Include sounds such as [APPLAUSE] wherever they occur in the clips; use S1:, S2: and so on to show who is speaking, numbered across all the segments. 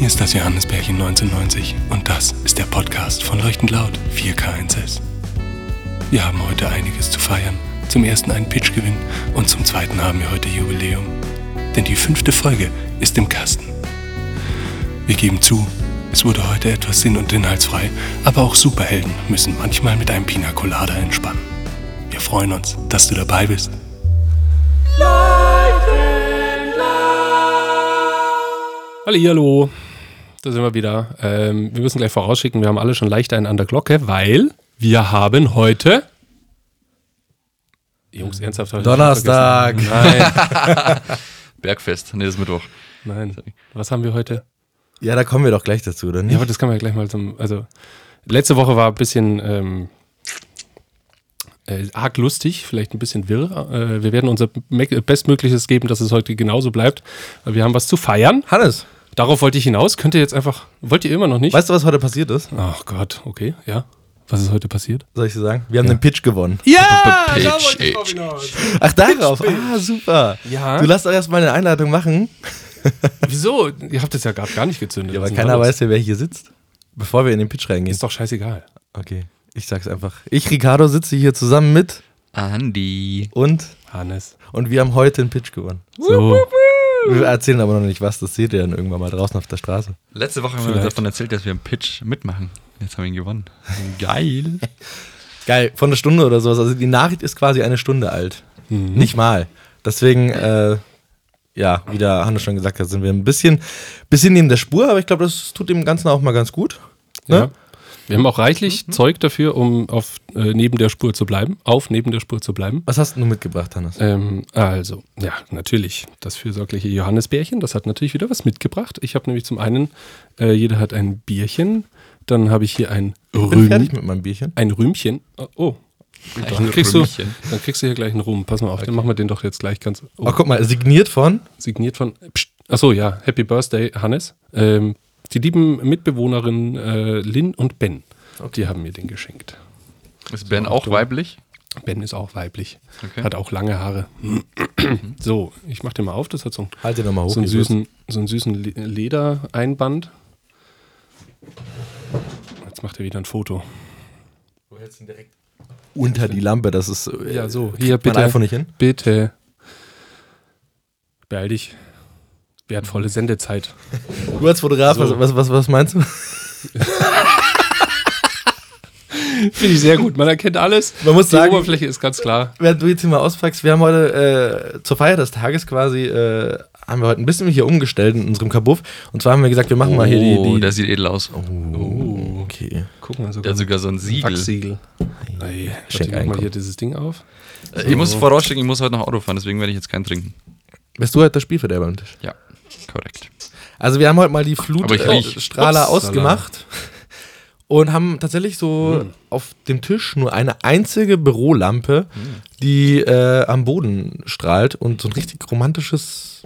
S1: ist das Johannesbärchen 1990 und das ist der Podcast von Leuchtend Laut 4KNSS. Wir haben heute einiges zu feiern. Zum ersten einen Pitchgewinn und zum zweiten haben wir heute Jubiläum. Denn die fünfte Folge ist im Kasten. Wir geben zu, es wurde heute etwas sinn- und inhaltsfrei, aber auch Superhelden müssen manchmal mit einem Pina Colada entspannen. Wir freuen uns, dass du dabei bist.
S2: Hallo, da sind wir wieder. Ähm, wir müssen gleich vorausschicken, wir haben alle schon leicht einen an der Glocke, weil wir haben heute Jungs, ernsthaft heute
S3: Donnerstag.
S2: Nein,
S4: Bergfest. Nee, das ist Mittwoch.
S2: nein. Was haben wir heute?
S3: Ja, da kommen wir doch gleich dazu, oder
S2: Ja,
S3: nicht?
S2: aber das kann man ja gleich mal zum. Also letzte Woche war ein bisschen ähm, äh, arg lustig, vielleicht ein bisschen wirr. Äh, wir werden unser Me- bestmögliches geben, dass es heute genauso bleibt. weil Wir haben was zu feiern.
S3: Hannes,
S2: Darauf wollte ich hinaus. Könnt ihr jetzt einfach? Wollt ihr immer noch nicht?
S3: weißt du, was heute passiert ist?
S2: Ach Gott, okay, ja. Was ist heute passiert?
S3: Soll ich dir sagen? Wir haben den Pitch gewonnen.
S2: Ja,
S4: da wollte ich drauf
S2: hinaus.
S3: Ach, darauf. Ah, super.
S2: Ja.
S3: Du lass doch erstmal eine Einladung machen.
S2: Wieso? Ihr habt das ja gerade gar nicht gezündet.
S3: Ja,
S2: Was
S3: weil
S2: ist denn da
S3: keiner
S2: los?
S3: weiß ja, wer hier sitzt. Bevor wir in den Pitch reingehen.
S2: Ist doch scheißegal.
S3: Okay, ich sag's einfach. Ich, Ricardo, sitze hier zusammen mit
S4: Andi.
S3: und,
S2: Hannes.
S3: und wir haben heute den Pitch gewonnen.
S2: So.
S3: Wir erzählen aber noch nicht was, das seht ihr dann irgendwann mal draußen auf der Straße.
S4: Letzte Woche haben wir uns
S2: Vielleicht.
S4: davon erzählt, dass wir im Pitch mitmachen. Jetzt haben wir ihn gewonnen. Geil.
S3: Geil, von einer Stunde oder sowas. Also die Nachricht ist quasi eine Stunde alt.
S2: Mhm.
S3: Nicht mal. Deswegen, äh, ja, wie der Hannes schon gesagt hat, sind wir ein bisschen, bisschen neben der Spur, aber ich glaube, das tut dem Ganzen auch mal ganz gut. Ne?
S2: Ja. Wir haben auch reichlich Zeug dafür, um auf äh, neben der Spur zu bleiben, auf neben der Spur zu bleiben.
S3: Was hast du mitgebracht, Hannes?
S2: Ähm, also, ja, natürlich. Das fürsorgliche Johannesbärchen, das hat natürlich wieder was mitgebracht. Ich habe nämlich zum einen, äh, jeder hat ein Bierchen, dann habe ich hier ein
S3: Ich bin fertig
S2: Rühm,
S3: mit meinem Bierchen.
S2: ein Rühmchen. Oh, oh. Dann
S4: Ein
S2: kriegst, du,
S4: Rühmchen.
S2: dann kriegst du hier gleich einen Ruhm. Pass mal auf, dann machen wir den doch jetzt gleich ganz. Oh,
S3: Oh, guck mal, signiert von.
S2: signiert von. Psst. Achso, ja. Happy Birthday, Hannes. Ähm, die lieben Mitbewohnerinnen äh, Lynn und Ben. Die haben mir den geschenkt.
S4: Ist Ben auch weiblich?
S2: Ben ist auch weiblich.
S4: Okay.
S2: Hat auch lange Haare. so, ich mach den mal auf. Das hat so, einen-
S3: Halt den nochmal hoch.
S2: so, einen,
S3: ihr Süßen.
S2: süßen, so einen süßen Le- Ledereinband. Jetzt macht er wieder ein Foto.
S3: Unter die Lampe, das ist. äh,
S2: Ja, so. Hier
S3: Mein
S2: bitte.
S3: iPhone nicht hin.
S2: ne? Bitte. Beeil dich. Wertvolle Sendezeit. [LAUGHS]
S3: Du als Fotograf,
S2: So.
S3: was, was, was meinst du? [LAUGHS]
S2: Finde ich sehr gut. Man erkennt alles.
S3: Man muss
S2: Die
S3: sagen-
S2: Oberfläche ist ganz klar.
S3: Während du jetzt hier mal auspackst, wir haben heute äh, zur Feier des Tages quasi, äh, haben wir heute ein bisschen hier umgestellt in unserem Kabuff. Und zwar haben wir gesagt, wir machen mal hier
S4: Oh,
S3: die. die
S4: der sieht edel aus.
S2: Oh.
S3: okay.
S2: Guck mal,
S4: Der
S2: sogar
S4: hat sogar so ein Siegel.
S2: Wachsiegel. Ey, ich
S3: Schenk
S2: mach mal
S3: einkommen.
S2: hier dieses Ding auf.
S4: Äh, Ich muss vorausschicken, ich muss heute noch Auto fahren, deswegen werde ich jetzt keinen trinken.
S3: Bist du halt heute der Spielverderber am Tisch?
S4: Ja, korrekt.
S3: Also wir haben heute mal die
S4: Aber ich
S3: Flutstrahler
S4: riech.
S3: äh, Strahler
S2: Ups,
S3: ausgemacht und haben tatsächlich so
S2: Hm.
S3: auf dem Tisch nur eine einzige Bürolampe,
S2: Hm.
S3: die äh, am Boden strahlt und so ein richtig romantisches,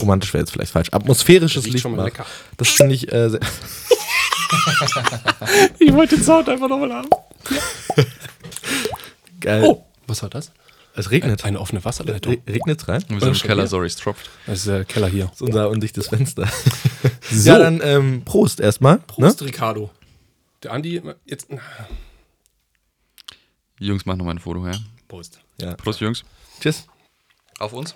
S3: romantisch wäre jetzt vielleicht falsch, atmosphärisches
S2: riecht
S3: Licht
S2: schon mal
S3: macht.
S2: lecker.
S3: Das finde ich äh, sehr,
S2: Ich wollte den Sound einfach nochmal haben.
S3: geil.
S2: Oh, was war das?
S3: Es regnet.
S2: Eine offene Wasserleitung.
S3: Regnet es rein?
S4: Wir sind im
S2: schon
S4: Keller,
S2: wieder?
S4: sorry, es tropft.
S2: Das ist der Keller hier.
S3: Das ist unser
S2: [LAUGHS]
S3: undichtes Fenster. Ja, dann ähm, Prost erstmal.
S2: Prost, Ricardo. Der Andi, jetzt. na,
S4: Die Jungs, machen nochmal ein Foto, ja.
S2: Prost.
S3: Ne? Ja.
S4: Prost, Jungs.
S3: Tschüss.
S4: Auf uns.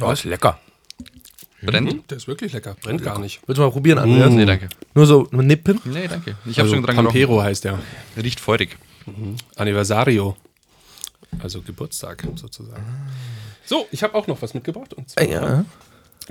S3: Oh, ist lecker.
S4: Mhm. Brennt?
S2: Der ist wirklich lecker. Brennt gar nicht.
S3: Willst du mal probieren, Andreas?
S4: Nee, danke.
S3: Nur so nippen?
S4: Nee, danke. Ich habe schon dran gerochen.
S2: Also Pampero heißt der.
S4: Riecht feurig.
S2: Anniversario. Also Geburtstag sozusagen. So, ich habe auch noch was mitgebracht. Und zwar
S3: Ja.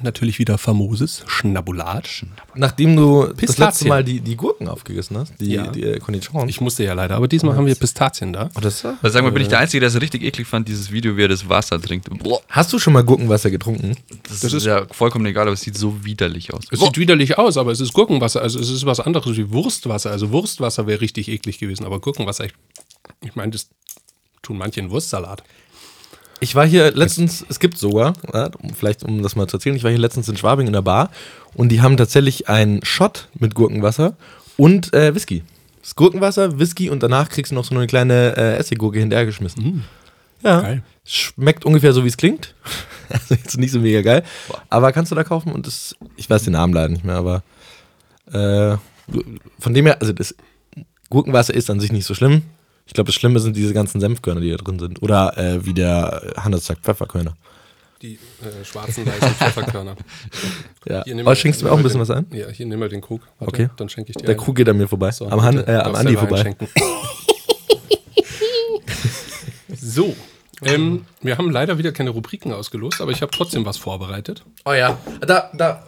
S2: natürlich wieder famoses Schnabulatsch.
S3: Nachdem du das
S2: Pistazien.
S3: letzte Mal die, die Gurken aufgegessen hast, die,
S2: Ja.
S3: die äh, Kondition.
S2: Ich musste ja leider, aber diesmal haben wir Pistazien da.
S3: Oh, das ist-
S4: Also sag mal, bin ich der Einzige, der es richtig eklig fand, dieses Video, wie er das Wasser trinkt. Boah,
S3: hast du schon mal Gurkenwasser getrunken?
S4: das, ist ja vollkommen egal, aber es sieht so widerlich aus.
S2: Es sieht widerlich aus, aber es ist Gurkenwasser. Also es ist was anderes wie Wurstwasser. Also Wurstwasser wäre richtig eklig gewesen, aber Gurkenwasser, ich, ich meine, das tun manche in Wurstsalat.
S3: Ich war hier letztens, es gibt sogar, ja, um- vielleicht um das mal zu erzählen, ich war hier letztens in Schwabing in der Bar und die haben tatsächlich einen Shot mit Gurkenwasser und äh, Whisky. Das Gurkenwasser, Whisky und danach kriegst du noch so eine kleine äh, Essiggurke hinterhergeschmissen. Ja,
S2: Geil.
S3: schmeckt ungefähr so, wie es klingt. [LAUGHS] Also jetzt nicht so mega geil. Aber kannst du da kaufen und das, ich weiß den Namen leider nicht mehr, aber äh, von dem her, also das Gurkenwasser ist an sich nicht so schlimm. Ich glaube, das Schlimme sind diese ganzen Senfkörner, die da drin sind. Oder äh, wie der Hannes sagt, Pfefferkörner.
S2: Die äh, schwarzen, [LAUGHS] weißen Pfefferkörner.
S3: Ja.
S2: Hier, nimm
S3: Oh,
S2: mal-
S3: schenkst du mir
S2: nimm
S3: auch
S2: mal
S3: ein bisschen
S2: den,
S3: was ein?
S2: Ja, hier nimm mal den Krug. Warte,
S3: Okay.
S2: Dann schenke ich dir
S3: Der
S2: einen.
S3: Krug geht an mir vorbei.
S2: So,
S3: am Han
S2: bitte,
S3: äh, am
S2: darfst
S3: Andi
S2: selber
S3: vorbei. [LAUGHS]
S2: einschenken. so. Ähm, wir haben leider wieder keine Rubriken ausgelost, aber ich habe trotzdem was vorbereitet.
S3: Oh ja. Da, da.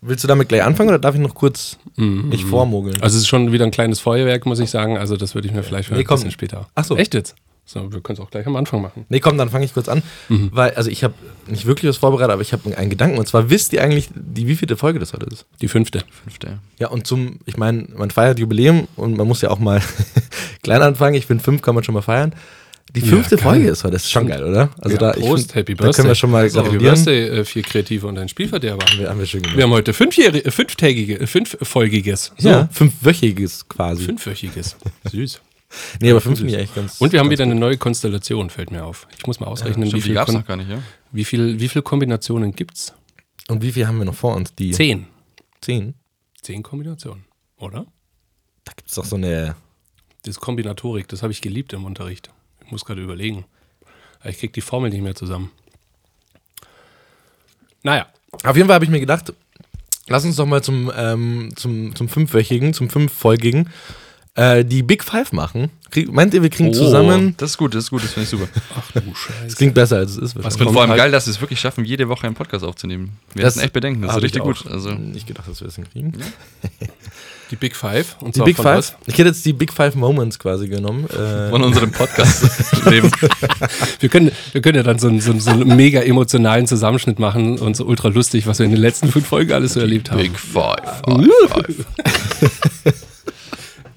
S3: Willst du damit gleich anfangen oder darf ich noch kurz mich vormogeln?
S2: Also es ist schon wieder ein kleines Feuerwerk, muss ich sagen. Also das würde ich mir vielleicht für
S3: Nee,
S2: ein
S3: komm.
S2: bisschen später.
S3: Ach so.
S2: Echt jetzt? So, wir können es auch gleich am Anfang machen.
S3: Nee, komm, dann fange ich kurz an.
S2: Mhm.
S3: Weil, also ich habe nicht wirklich was vorbereitet, aber ich habe einen Gedanken. Und zwar wisst ihr eigentlich, die, wie viele Folge das heute ist?
S2: Die fünfte.
S4: Oh, Fünfte.
S3: Ja, und zum, ich meine, man feiert Jubiläum und man muss ja auch mal [LAUGHS] klein anfangen. Ich finde, fünf kann man schon mal feiern. Die fünfte
S2: geil.
S3: Folge ist heute, das ist schon geil, oder? Also
S2: Ja,
S3: da, ich
S2: Prost,
S3: find,
S2: Happy
S3: da
S2: Birthday.
S3: können wir schon mal
S2: Happy
S3: gratulieren.
S2: Birthday, äh, vier Kreative und ein Spielverderber.
S3: Wir haben wir schön gemacht.
S2: Wir haben heute fünfjährige, äh, fünftägige, äh, fünffolgiges. So,
S3: Ja, fünfwöchiges quasi.
S2: fünfwöchiges. Süß.
S3: nee, aber fünf finde ich eigentlich ganz.
S2: Und wir haben wieder eine neue Konstellation, fällt mir auf. Ich muss mal ausrechnen, wie,
S4: Stimmt, die
S2: viel
S4: gab es
S2: Kon
S4: noch gar nicht, ja?
S2: wie, viel, wie viele Kombinationen gibt's?
S3: und wie viel haben wir noch vor uns? Die
S2: Zehn.
S3: zehn?
S2: Zehn Kombinationen, oder?
S3: Da gibt es doch so eine.
S2: Das ist Kombinatorik, das habe ich geliebt im Unterricht. Ich muss gerade überlegen. Aber Ich kriege die Formel nicht mehr zusammen. Naja,
S3: Auf jeden Fall habe ich mir gedacht, lass uns doch mal zum, ähm, zum, zum fünfwöchigen, zum fünffolgigen äh, die Big Five machen. Krieg, meint ihr, wir kriegen
S2: Oh.
S3: zusammen?
S4: Das ist gut, das ist gut, das finde ich super.
S2: ach du
S3: Es
S2: Scheiße.
S3: klingt besser, als es ist.
S2: Was
S3: wahrscheinlich.
S4: Und vor allem
S2: halt-
S4: geil, dass wir es wirklich schaffen, jede Woche einen Podcast aufzunehmen. Wir
S3: Das
S4: hatten echt Bedenken, das
S3: hab
S4: ist richtig
S3: ich
S4: gut.
S3: auch Äh.
S4: Also,
S3: Hm, nicht gedacht, dass wir das hinkriegen.
S2: Die Big Five. Und
S3: Die
S2: zwar
S3: Big
S2: von
S3: Five?
S2: was?
S3: Ich hätte jetzt die Big Five Moments quasi genommen. Äh,
S4: von unserem Podcast-Leben.
S2: Wir können, wir können ja dann so einen, so, einen- so einen mega emotionalen Zusammenschnitt machen und so ultra lustig, was wir in den letzten fünf Folgen alles so erlebt haben.
S4: Big Five. Five, Five.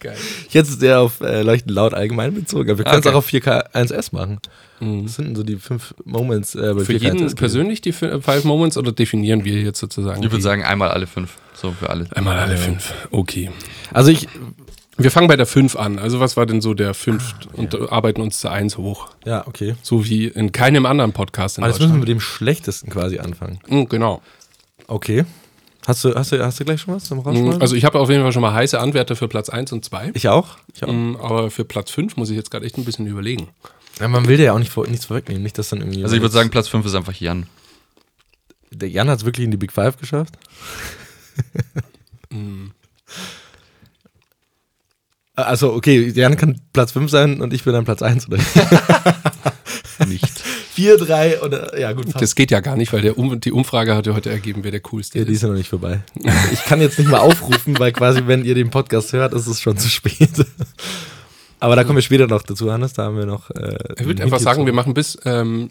S2: Geil.
S3: jetzt ist der auf äh, Leuchten laut allgemein bezogen. Aber wir können es
S4: Okay.
S3: auch auf 4K1S machen. Das sind denn so die fünf Moments äh, bei
S2: Für
S3: 4K1S
S2: jeden
S3: gewesen?
S2: persönlich die fi- Five Moments oder definieren wir jetzt sozusagen?
S4: Ich würde
S2: die-
S4: sagen, einmal alle fünf. So für alle.
S2: Einmal alle fünf. Okay.
S3: Also ich,
S2: Wir fangen bei der 5 an. Also was war denn so der 5 und äh, arbeiten uns zur 1 hoch?
S3: ja, okay. Also
S2: So wie in keinem anderen Podcast in
S3: Aber jetzt müssen wir
S2: Deutschland.
S3: mit dem schlechtesten quasi anfangen.
S2: Mm, genau.
S3: Okay. Hast du, hast du, hast du gleich schon was zum Rausschmeißen?
S2: Mm, Also ich habe auf jeden Fall schon mal heiße Anwärter für Platz 1 und 2.
S3: ich auch. Ich auch.
S2: Mm, Aber für Platz 5 muss ich jetzt gerade echt ein bisschen überlegen.
S3: Ja, man will dir ja auch nicht vor, nichts vorwegnehmen, nicht, dass dann irgendwie.
S4: Also ich würde sagen, Platz fünf ist einfach Jan.
S3: der Jan hat es wirklich in die Big Five geschafft.
S2: Mhm.
S3: Also, okay, Jan kann Platz 5 sein und ich bin dann Platz 1, oder? [LAUGHS]
S4: Nicht.
S3: 4, 3 oder. Ja, gut, fast.
S2: Das geht ja gar nicht, weil der um die Umfrage hat ja heute ergeben, wer der coolste
S3: Ja, die
S2: ist.
S3: ist ja noch nicht vorbei. Ich kann jetzt nicht mal aufrufen, weil quasi, wenn ihr den Podcast hört, ist es schon zu spät. Aber da kommen wir später noch dazu, Hannes. Da haben wir noch. Äh,
S2: Ich würde einfach sagen, wir machen bis ähm,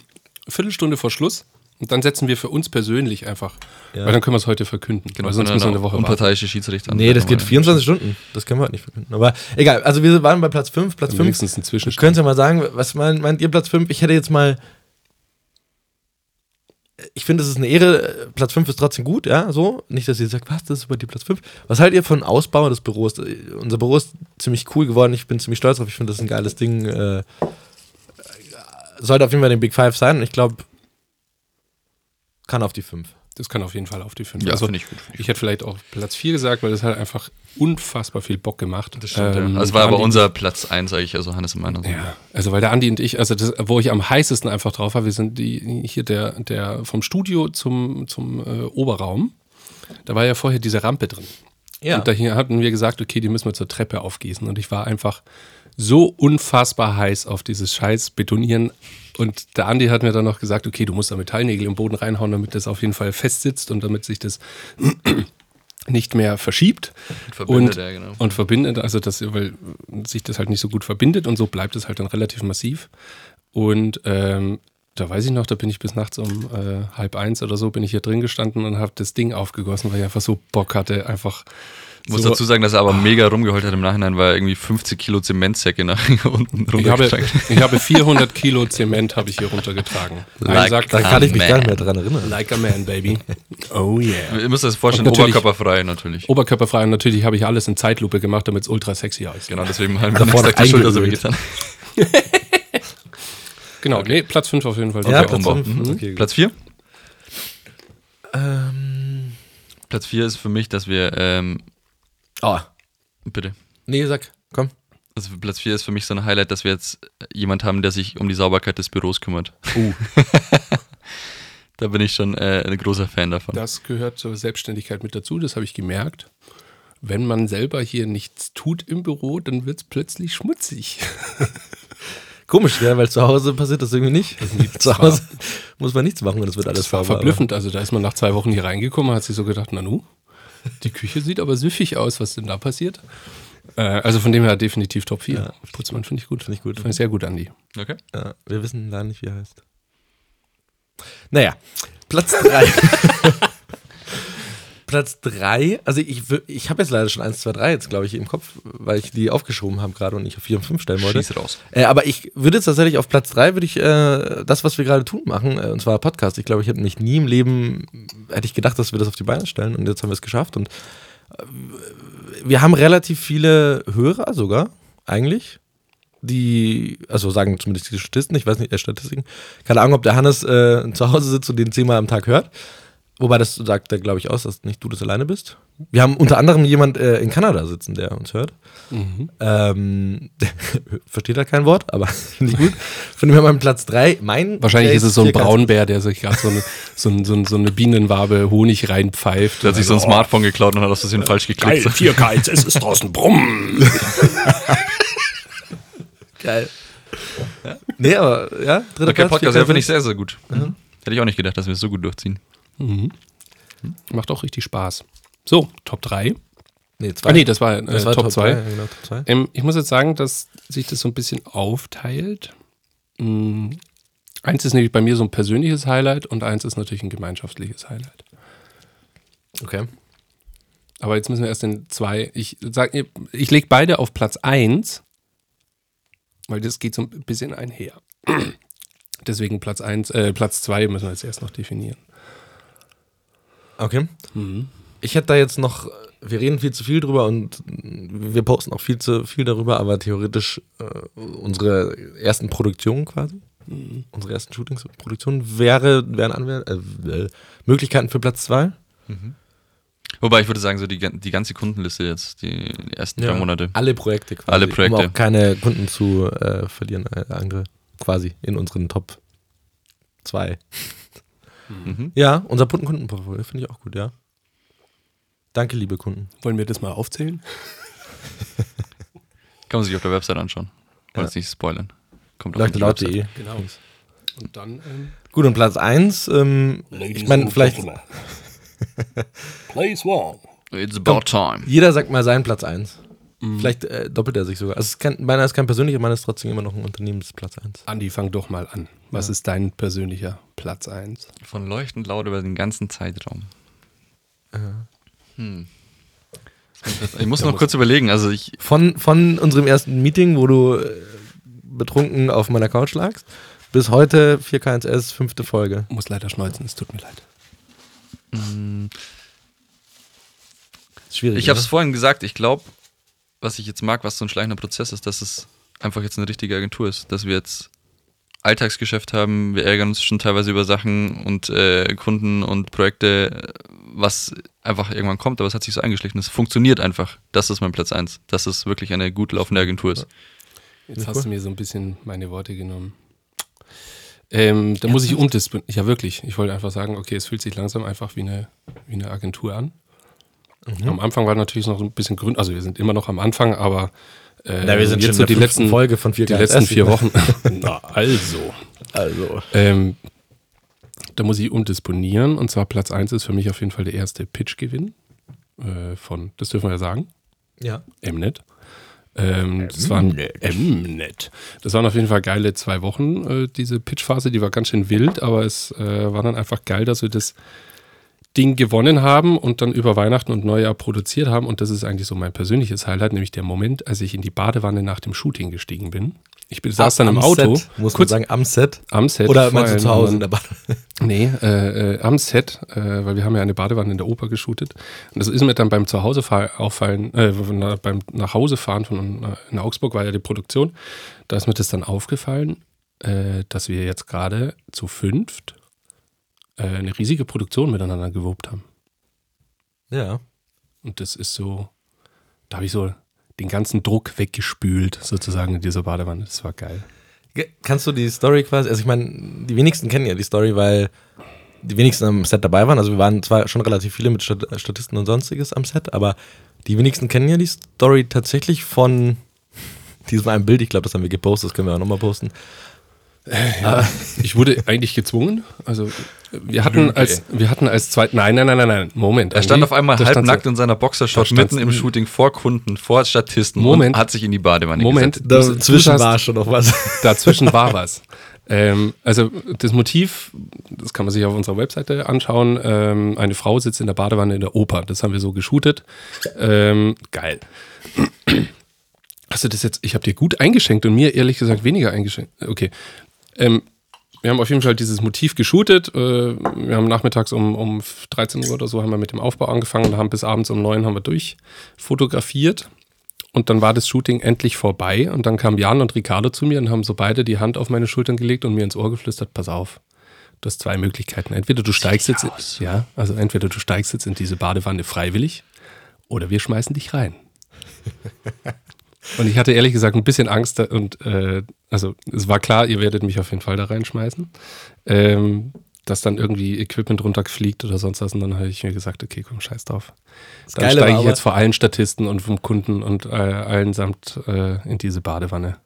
S2: Viertelstunde vor Schluss und dann setzen wir für uns persönlich einfach.
S3: Ja.
S2: Weil dann können wir es heute verkünden. Genau, weil sonst müssen wir eine Woche warten.
S4: Unparteiische Schiedsrichter.
S3: Nee, das geht 24 Stunden. Das können wir heute nicht verkünden. Aber egal, also wir waren bei Platz 5. Platz 5
S2: Wenigstens ein
S3: Ich
S2: Zwischenstand.
S3: könnte mal sagen, was mein, meint ihr Platz 5? Ich hätte jetzt mal. Ich finde, es ist eine Ehre. Platz 5 ist trotzdem gut, ja, so. Nicht, dass ihr sagt, was, das ist über die Platz 5. Was haltet ihr von Ausbau des Büros? Äh, Unser Büro ist ziemlich cool geworden. Ich bin ziemlich stolz drauf. Ich finde, das ist ein geiles Ding. Äh, sollte auf jeden Fall den Big Five sein. Und ich glaube, kann auf die 5.
S2: Das kann auf jeden Fall auf die 5.
S4: Ja,
S2: also
S4: finde ich gut. Find ich
S2: Ich hätte vielleicht auch Platz 4 gesagt, weil das hat einfach unfassbar viel Bock gemacht. Das
S4: gut. Ähm, das war aber unser Platz eins, sage ich, also Hannes und meiner.
S2: Ja, also weil der Andi und ich, also das, wo ich am heißesten einfach drauf war, wir sind die, hier der, der vom Studio zum, zum äh, Oberraum. Da war ja vorher diese Rampe drin.
S3: Ja.
S2: Und da hier hatten wir gesagt, okay, die müssen wir zur Treppe aufgießen. Und ich war einfach so unfassbar heiß auf dieses scheiß Betonieren. Und der Andi hat mir dann noch gesagt, okay, du musst da Metallnägel im Boden reinhauen, damit das auf jeden Fall fest sitzt und damit sich das [CLEARS THROAT] nicht mehr verschiebt. und,
S4: verbindet, ja, genau.
S2: und verbindet, also das, weil sich das halt nicht so gut verbindet und so bleibt es halt dann relativ massiv. Und ähm, da weiß ich noch, da bin ich bis nachts um äh, halb eins oder so, bin ich hier drin gestanden und habe das Ding aufgegossen, weil ich einfach so Bock hatte, einfach
S4: Muss
S2: so,
S4: dazu sagen, dass er aber mega rumgeheult hat im Nachhinein, weil er irgendwie 50 Kilo Zementsäcke nach [LAUGHS] unten
S2: Ich habe,
S4: runtergeschlagen hat.
S2: ich habe 400 Kilo Zement habe ich hier runtergetragen.
S4: Like
S2: Ein
S3: Da
S4: a
S2: Sack,
S3: kann ich mich
S4: man.
S3: gar nicht mehr dran erinnern.
S2: like a man, baby. Oh yeah.
S4: Ihr müsst euch das vorstellen,
S2: Und natürlich- Oh.
S4: oberkörperfrei natürlich.
S2: Oberkörperfrei und natürlich habe ich alles in Zeitlupe gemacht, damit es ultra sexy aussieht.
S4: Genau, deswegen haben wir
S3: Davor
S4: gesagt,
S3: noch
S4: die Schulter so
S2: [LAUGHS]
S3: eingeölt.
S4: wehgetan.
S2: Genau, nee, Platz 5 auf jeden Fall.
S3: Ja,
S2: Okay.
S3: Platz
S4: Umbau.
S2: Mhm.
S3: fünf. Okay, gut.
S4: Platz vier? Platz 4 ist für mich, dass wir, ähm,
S3: Oh.
S4: bitte.
S3: Nee, sag, komm.
S4: Also Platz 4 ist für mich so ein Highlight, dass wir jetzt äh, jemand haben, der sich um die Sauberkeit des Büros kümmert.
S2: Uh.
S4: [LAUGHS] da bin ich schon äh, ein großer Fan davon.
S2: Das gehört zur Selbstständigkeit mit dazu, das habe ich gemerkt. Wenn man selber hier nichts tut im Büro, dann wird es plötzlich schmutzig.
S3: Komisch, ja, weil zu Hause passiert das irgendwie nicht. [LAUGHS] zu Hause muss man nichts machen und es wird alles
S2: Das war
S3: sauber,
S2: verblüffend. Also da ist man nach zwei Wochen hier reingekommen, hat sich so gedacht, Nanu, die Küche sieht aber süffig aus, was denn da passiert? Äh, also von dem her definitiv Top 4. Putzmann finde ich gut. Finde
S3: ich gut.
S2: Finde ich sehr gut, Andi.
S4: Okay.
S3: aber- Ja, wir wissen leider nicht, wie er heißt. Naja, Platz 3. Platz 3, also ich, wür- ich habe jetzt leider schon 1, 2, 3 jetzt, glaube ich, im Kopf, weil ich die aufgeschoben habe gerade und ich auf 4 und 5 stellen wollte.
S4: Schieß raus.
S3: Äh, aber ich würde jetzt tatsächlich auf Platz 3 würde ich äh, das, was wir gerade tun, machen, äh, und zwar Podcast. Ich glaube, ich hätte mich nie im Leben, hätte ich gedacht, dass wir das auf die Beine stellen und jetzt haben wir es geschafft. Und äh, wir haben relativ viele Hörer sogar, eigentlich. Die, also sagen zumindest die Statisten, ich weiß nicht, äh, Statistiken. Keine Ahnung, ob der Hannes äh, zu Hause sitzt und den zehnmal am Tag hört. Wobei das sagt er, glaube ich, aus, dass nicht du das alleine bist. Wir haben unter anderem jemand äh, in Kanada sitzen, der uns hört.
S2: Mhm.
S3: Ähm, [LAUGHS] versteht er kein Wort, aber [LAUGHS] nicht gut. Von dem her mein Platz 3. Mein
S2: Wahrscheinlich
S3: der
S2: ist es so ein
S3: hier ganz-
S2: Braunbär, der sich gerade so eine, so, ein, so, ein, so eine Bienenwabe Honig reinpfeift.
S4: Der hat sich so ein Smartphone geklaut und hat aus Versehen
S2: äh,
S4: falsch [LAUGHS] geklickt.
S1: 4K, es ist [LAUGHS] draußen Brummen.
S3: Geil. Ja. Nee, aber ja, dritter
S4: Okay, Podcast, ja,
S3: vierter
S4: finde ich sehr, sehr gut. Hätte ich auch nicht gedacht, dass wir es so gut durchziehen.
S2: Mhm. Macht auch richtig Spaß. So, Top 3.
S3: Nee, zwei.
S2: Ah nee, das war, äh,
S3: das war
S2: Top 2.
S3: drei, genau, Top 2.
S2: Ähm, ich muss jetzt sagen, dass sich das so ein bisschen aufteilt. Mm, Eins ist nämlich bei mir so ein persönliches Highlight und eins ist natürlich ein gemeinschaftliches Highlight.
S3: Okay.
S2: Aber jetzt müssen wir erst den zwei. Ich sag, ich lege beide auf Platz 1, weil das geht so ein bisschen einher. [CLEARS THROAT] Deswegen Platz 1, äh, Platz 2 müssen wir jetzt erst noch definieren.
S3: Okay.
S1: Mhm.
S3: Ich hätte da jetzt noch, wir reden viel zu viel drüber und wir posten auch viel zu viel darüber, aber theoretisch äh, unsere ersten Produktionen quasi,
S4: Mhm.
S3: unsere ersten Shootings, Produktionen wäre, wären Anwer äh, äh, Möglichkeiten für Platz 2.
S4: Wobei ich würde sagen, so die, gan- die ganze Kundenliste jetzt, die ersten drei Monate.
S3: Alle Projekte quasi.
S4: Alle Projekte.
S3: Um auch keine Kunden zu äh, verlieren, äh, andere quasi in unseren Top 2.
S4: Mhm.
S3: Ja, unser Kunden- Kundenportfolio finde ich auch gut, ja. Danke, liebe Kunden.
S2: Wollen wir das mal aufzählen?
S4: Kann man sich auf der Website anschauen. Wollte jetzt nicht spoilern. Kommt auf
S3: Leute,
S4: die Website.
S3: laut.de.
S2: Genau. Und dann. Ähm,
S3: Gut, und Platz 1, ähm, ich meine, vielleicht [LAUGHS]
S1: Place one.
S4: It's about time.
S3: jeder sagt mal seinen Platz 1.
S2: Mhm.
S3: Vielleicht äh, doppelt er sich sogar. Also es ist kein, meiner ist kein persönlicher, meiner ist trotzdem immer noch ein Unternehmensplatz 1.
S2: Andi, fang doch mal an. Was ist dein persönlicher Platz 1?
S4: Von leuchtend laut über den ganzen Zeitraum. Hm. Ich muss noch kurz überlegen. Also ich,
S3: Von, von unserem ersten Meeting, wo du äh, betrunken auf meiner Couch lagst, bis heute 4K1S, fünfte Folge.
S2: Muss leider schneuzen, es tut mir leid.
S3: Ist Schwierig.
S4: ich habe es vorhin gesagt. Ich glaube, was ich jetzt mag, was so ein schleichender Prozess ist, dass es einfach jetzt eine richtige Agentur ist, dass wir jetzt Alltagsgeschäft haben. Wir ärgern uns schon teilweise über Sachen und äh, Kunden und Projekte, was einfach irgendwann kommt. Aber es hat sich so eingeschlichen. Es funktioniert einfach. Das ist mein Platz eins. Dass es wirklich eine gut laufende Agentur ist.
S2: Jetzt hast du mir so ein bisschen meine Worte genommen. Ähm, da muss ich umdisponieren. Ja, wirklich. Ich wollte einfach sagen, okay, es fühlt sich langsam einfach wie eine, wie eine Agentur an.
S3: Mhm.
S2: Am Anfang war natürlich noch so ein bisschen grün. Also wir sind immer noch am Anfang, aber äh,
S3: Na, wir sind
S2: jetzt
S3: schon
S2: so
S3: in
S2: die
S3: der fünften
S2: letzten,
S3: Folge von 4K
S2: die letzten
S3: S.
S2: vier Wochen. [LAUGHS] Na, also.
S3: Also.
S2: Ähm, da muss ich umdisponieren. Und zwar Platz 1 ist für mich auf jeden Fall der erste Pitch-Gewinn äh, von, das dürfen wir ja sagen,
S3: Ja.
S2: Mnet. Ähm, das waren Mnet. Das waren auf jeden Fall geile zwei Wochen, äh, diese Pitch-Phase, die war ganz schön wild, aber es äh, war dann einfach geil, dass wir das Ding gewonnen haben und dann über Weihnachten und Neujahr produziert haben. Und das ist eigentlich so mein persönliches Highlight, nämlich der Moment, als ich in die Badewanne nach dem Shooting gestiegen bin. Ich bin, saß dann im Auto,
S3: Set, muss man sagen, am Set.
S2: am Set.
S3: Oder
S2: vor
S3: meinst du
S2: allem,
S3: zu Hause in
S2: sondern-
S3: der Badewanne?
S2: Nee, äh, äh, am Set, äh, weil wir haben ja eine Badewanne in der Oper geshootet. Und das ist mir dann beim Zuhausefahr- auffallen, äh, na- beim Nachhausefahren von äh, in Augsburg war ja die Produktion. Da ist mir das dann aufgefallen, äh, dass wir jetzt gerade zu fünft äh, eine riesige Produktion miteinander gewuppt haben.
S3: Ja.
S2: Und das ist so, da habe ich so den ganzen Druck weggespült, sozusagen in dieser Badewanne. Das war geil.
S3: Ge- Kannst du die Story quasi, also ich meine, die wenigsten kennen ja die Story, weil die wenigsten am Set dabei waren. Also wir waren zwar schon relativ viele mit Stat Statisten und sonstiges am Set, aber die wenigsten kennen ja die Story tatsächlich von [LAUGHS] diesem einen Bild. Ich glaube, das haben wir gepostet, das können wir auch nochmal posten.
S2: Äh, Ich wurde eigentlich gezwungen. Also wir hatten als wir hatten als zweit nein nein nein nein nein Moment.
S4: Er stand auf einmal halbnackt
S2: und
S4: in seiner Boxershort
S2: da stand's-
S4: mitten im Shooting vor Kunden, vor Statisten
S2: Moment.
S4: und hat sich in die Badewanne
S2: Moment
S4: gesetzt.
S2: du- du hast-
S3: schon noch was. [LAUGHS]
S2: dazwischen war was. Ähm, also das Motiv, das kann man sich auf unserer Webseite anschauen. Ähm, eine Frau sitzt in der Badewanne in der Oper. Das haben wir so geshootet. Ähm, geil. Hast du das jetzt? Ich habe dir gut eingeschenkt und mir ehrlich gesagt weniger eingeschenkt. Okay. Ähm, wir haben auf jeden Fall dieses Motiv geshootet. Äh, wir haben nachmittags um, um 13 Uhr oder so haben wir mit dem Aufbau angefangen und haben bis abends um 9 haben wir durch fotografiert. Und dann war das Shooting endlich vorbei und dann kamen Jan und Ricardo zu mir und haben so beide die Hand auf meine Schultern gelegt und mir ins Ohr geflüstert, pass auf. Du hast zwei Möglichkeiten. Entweder du steigst jetzt, ja, also entweder du steigst jetzt in diese Badewanne freiwillig oder wir schmeißen dich rein. und ich hatte ehrlich gesagt ein bisschen Angst da- und äh, also es war klar, ihr werdet mich auf jeden Fall da reinschmeißen. Ähm, dass dann irgendwie Equipment runterfliegt oder sonst was. Und dann habe ich mir gesagt, okay, komm, scheiß drauf. Dann
S3: Geile
S2: steige
S3: war
S2: ich
S3: aber-
S2: jetzt vor allen Statisten und vom Kunden und äh, allen samt äh, in diese Badewanne.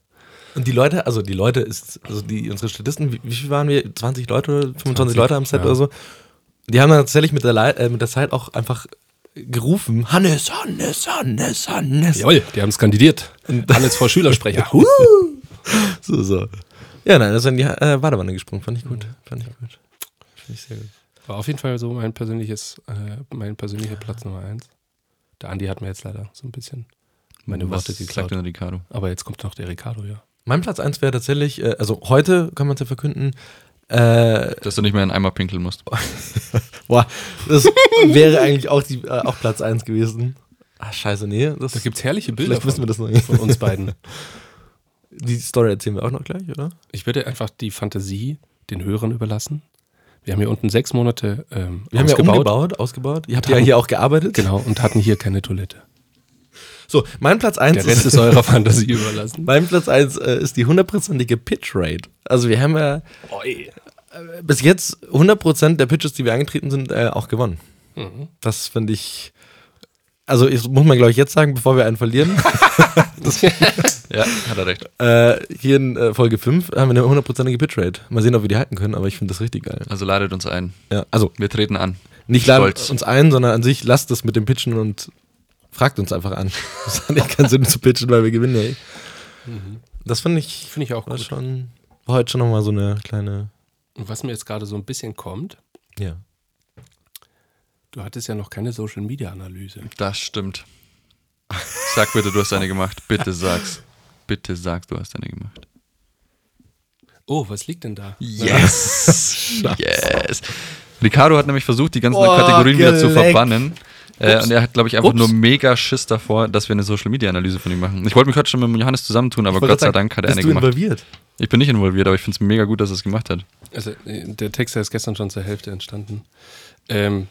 S3: Und die Leute, also die Leute ist, also die, unsere Statisten, wie, wie viel waren wir? 20 Leute oder 25 Leute am Set
S2: ja.
S3: oder so? Die haben dann tatsächlich mit der, Lei- äh, mit der Zeit auch einfach gerufen, Hannes, Hannes, Hannes, Hannes.
S2: Jawohl, die haben skandidiert. Alles vor
S3: [LAUGHS]
S2: Schülersprecher. Huh!
S3: So, so. Ja, nein, das ist in die äh, Badewanne gesprungen. Fand ich gut. Fand ich gut. Finde ich sehr gut.
S2: War auf jeden Fall so mein persönliches, äh, mein persönlicher Platz Nummer eins. Der Andi hat mir jetzt leider so ein bisschen meine
S4: Was
S2: Worte
S4: sagt
S2: geklaut.
S4: denn Ricardo?
S2: Aber jetzt kommt noch der Ricardo, ja.
S3: Mein Platz 1 wäre tatsächlich, äh, also heute kann man es ja verkünden, äh,
S4: Dass du nicht mehr in den Eimer pinkeln musst.
S3: boah, [LAUGHS] das wäre eigentlich auch, die, äh, auch Platz 1 gewesen. Ah, scheiße, nee. Das,
S2: Da gibt's herrliche Bilder
S3: vielleicht müssen wir
S2: von,
S3: das noch nicht.
S2: von uns
S3: [LAUGHS]
S2: beiden.
S3: Die Story erzählen wir auch noch gleich, oder?
S2: Ich würde einfach die Fantasie den Hörern überlassen. Wir haben hier unten sechs Monate ähm,
S3: Wir haben ja umgebaut, ausgebaut. Ihr habt ja
S2: Haben-
S3: hier auch gearbeitet.
S2: Genau, und hatten hier keine Toilette.
S3: So, mein Platz 1
S2: Der
S3: [LAUGHS]
S2: Rest ist eurer Fantasie überlassen.
S3: Mein Platz 1 äh, ist die hundertprozentige Pitch-Rate. Also wir haben ja äh, bis jetzt 100% der Pitches, die wir angetreten sind, äh, auch gewonnen.
S4: Mhm.
S3: Das finde ich, also das muss man glaube ich jetzt sagen, bevor wir einen
S4: [LAUGHS]
S3: verlieren.
S4: Ja, hat er recht.
S3: äh, hier in äh, Folge 5 haben wir eine hundertprozentige Pitch-Rate. Mal sehen, ob wir die halten können, aber ich finde das richtig geil.
S4: Also ladet uns ein.
S3: Ja, also
S4: Wir treten an.
S3: nicht laden
S4: Stolz.
S3: uns ein, sondern an sich lasst es mit dem Pitchen und fragt uns einfach an. [LAUGHS] Das hat nicht keinen Sinn zu pitchen, weil wir gewinnen. Ey.
S4: Mhm.
S3: Das finde ich,
S2: Finde ich auch
S3: war
S2: gut.
S3: schon, war heute schon nochmal so eine kleine,
S2: Und was mir jetzt gerade so ein bisschen kommt,
S3: ja.
S2: du hattest ja noch keine Social Media Analyse.
S4: Das stimmt. Sag bitte, du hast eine gemacht. Bitte sag's. Bitte sag's, du hast eine gemacht.
S2: Oh, was liegt denn da?
S3: [LAUGHS]
S4: Yes! yes! Ricardo hat nämlich versucht, die ganzen
S3: Oh,
S4: Kategorien wieder zu
S3: geleckt.
S4: verbannen. Äh, und er hat, glaube ich, einfach
S2: Ups.
S4: nur mega Schiss davor, dass wir eine Social-Media-Analyse von ihm machen. Ich wollte mich heute schon mit dem Johannes zusammentun, aber Gott sei Dank hat er eine
S3: bist du
S4: gemacht.
S3: involviert?
S4: Ich bin nicht involviert, aber ich finde es mega gut, dass er es gemacht hat.
S2: Also, äh, der Text der ist gestern schon zur Hälfte entstanden. Ähm,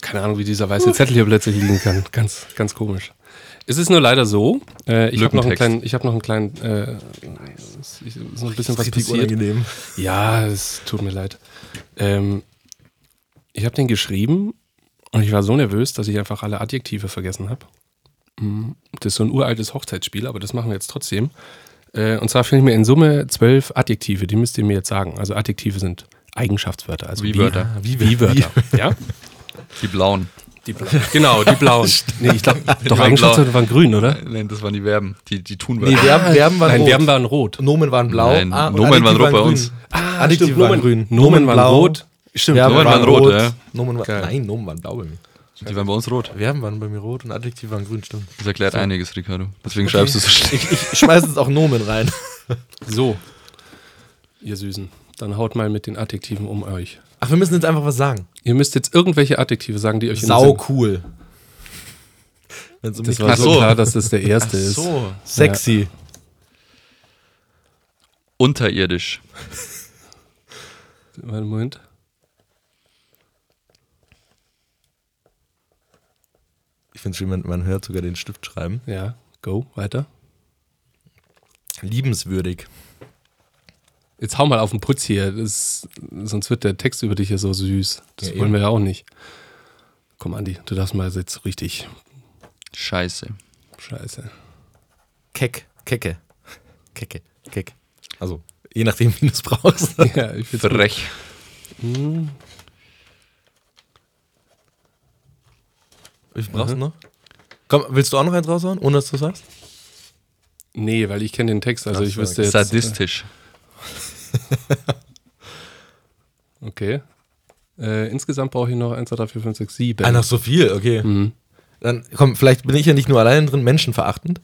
S2: keine Ahnung, wie dieser weiße Zettel hier plötzlich liegen kann. Ganz, ganz komisch. Es ist nur leider so, äh, ich habe noch einen
S4: Lückentext.
S2: kleinen, ich habe noch einen kleinen, äh, es ist so ein bisschen was
S3: richtig
S2: passiert.
S3: unangenehm.
S2: Ja, es tut mir leid. Ähm, ich habe den geschrieben und ich war so nervös, dass ich einfach alle Adjektive vergessen habe. Das ist so ein uraltes Hochzeitsspiel, aber das machen wir jetzt trotzdem. Äh, und zwar fehlen mir in Summe zwölf Adjektive, die müsst ihr mir jetzt sagen. Also Adjektive sind Eigenschaftswörter, also
S4: Wie Wörter.
S2: Wie, wie Wörter, ja?
S4: Die blauen.
S2: Die blauen. Genau, die
S4: [LAUGHS]
S2: blauen. nee, ich glaube, doch Eigenschaftswörter waren grün, oder?
S4: Nein, das waren die Verben. Die, die tun
S3: Nee, Verben, Verben waren
S2: Nein,
S3: rot. Ah,
S2: die haben waren rot.
S3: Nomen waren blau. Ah,
S4: Nein,
S3: und
S4: Nomen
S3: Adjektive
S4: waren rot bei
S3: grün.
S4: uns.
S2: Ah,
S3: Adjektive
S2: stimmt, Nomen.
S3: waren grün.
S2: Nomen waren
S3: blau.
S2: rot. Stimmt,
S3: Verben
S4: Nomen waren rot, ja.
S3: Nomen war, nein, Nomen waren blau bei mir.
S4: Die waren bei uns rot.
S3: Verben waren bei mir rot und Adjektive waren grün, stimmt.
S4: Das erklärt einiges, Ricardo. Deswegen schreibst du so schlecht.
S3: [LAUGHS] Ich schmeiß jetzt auch Nomen rein.
S2: So, ihr Süßen, dann haut mal mit den Adjektiven um euch.
S3: Ach, wir müssen jetzt einfach was sagen.
S2: Ihr müsst jetzt irgendwelche Adjektive sagen, die euch in den Sinn-
S3: Saucool. Wenn's um
S2: Das
S3: mich
S2: war
S4: Ach
S2: so
S4: so.
S2: klar, dass das der erste ist.
S4: So.
S3: Sexy.
S4: Unterirdisch.
S2: Warte, Moment.
S3: Ich finde es schön, man, man hört sogar den Stift schreiben.
S2: Ja, go, weiter.
S3: Liebenswürdig.
S2: Jetzt hau mal auf den Putz hier, das, sonst wird der Text über dich hier so süß. Das
S3: Ja,
S2: wollen
S3: eben.
S2: wir ja auch nicht. Komm, Andi, du darfst mal jetzt richtig.
S4: Scheiße.
S2: Scheiße.
S3: Keck. Kecke. Kecke. Keck. Also, je nachdem, wie du es brauchst.
S2: Ja, ich find's gut.
S4: Frech.
S3: Wie viel brauchst du noch? Komm, willst du auch noch eins raushauen, ohne dass du sagst?
S2: Nee, weil ich kenne den Text, also
S3: Ach
S2: ich
S3: so,
S2: wüsste
S4: äh,
S2: jetzt.
S4: Sadistisch.
S2: Okay. Äh, insgesamt brauche ich noch 1, 2, 3, 4, 5, 6, 7.
S3: Ah, noch so viel, okay. Dann komm, vielleicht bin ich ja nicht nur allein drin, menschenverachtend.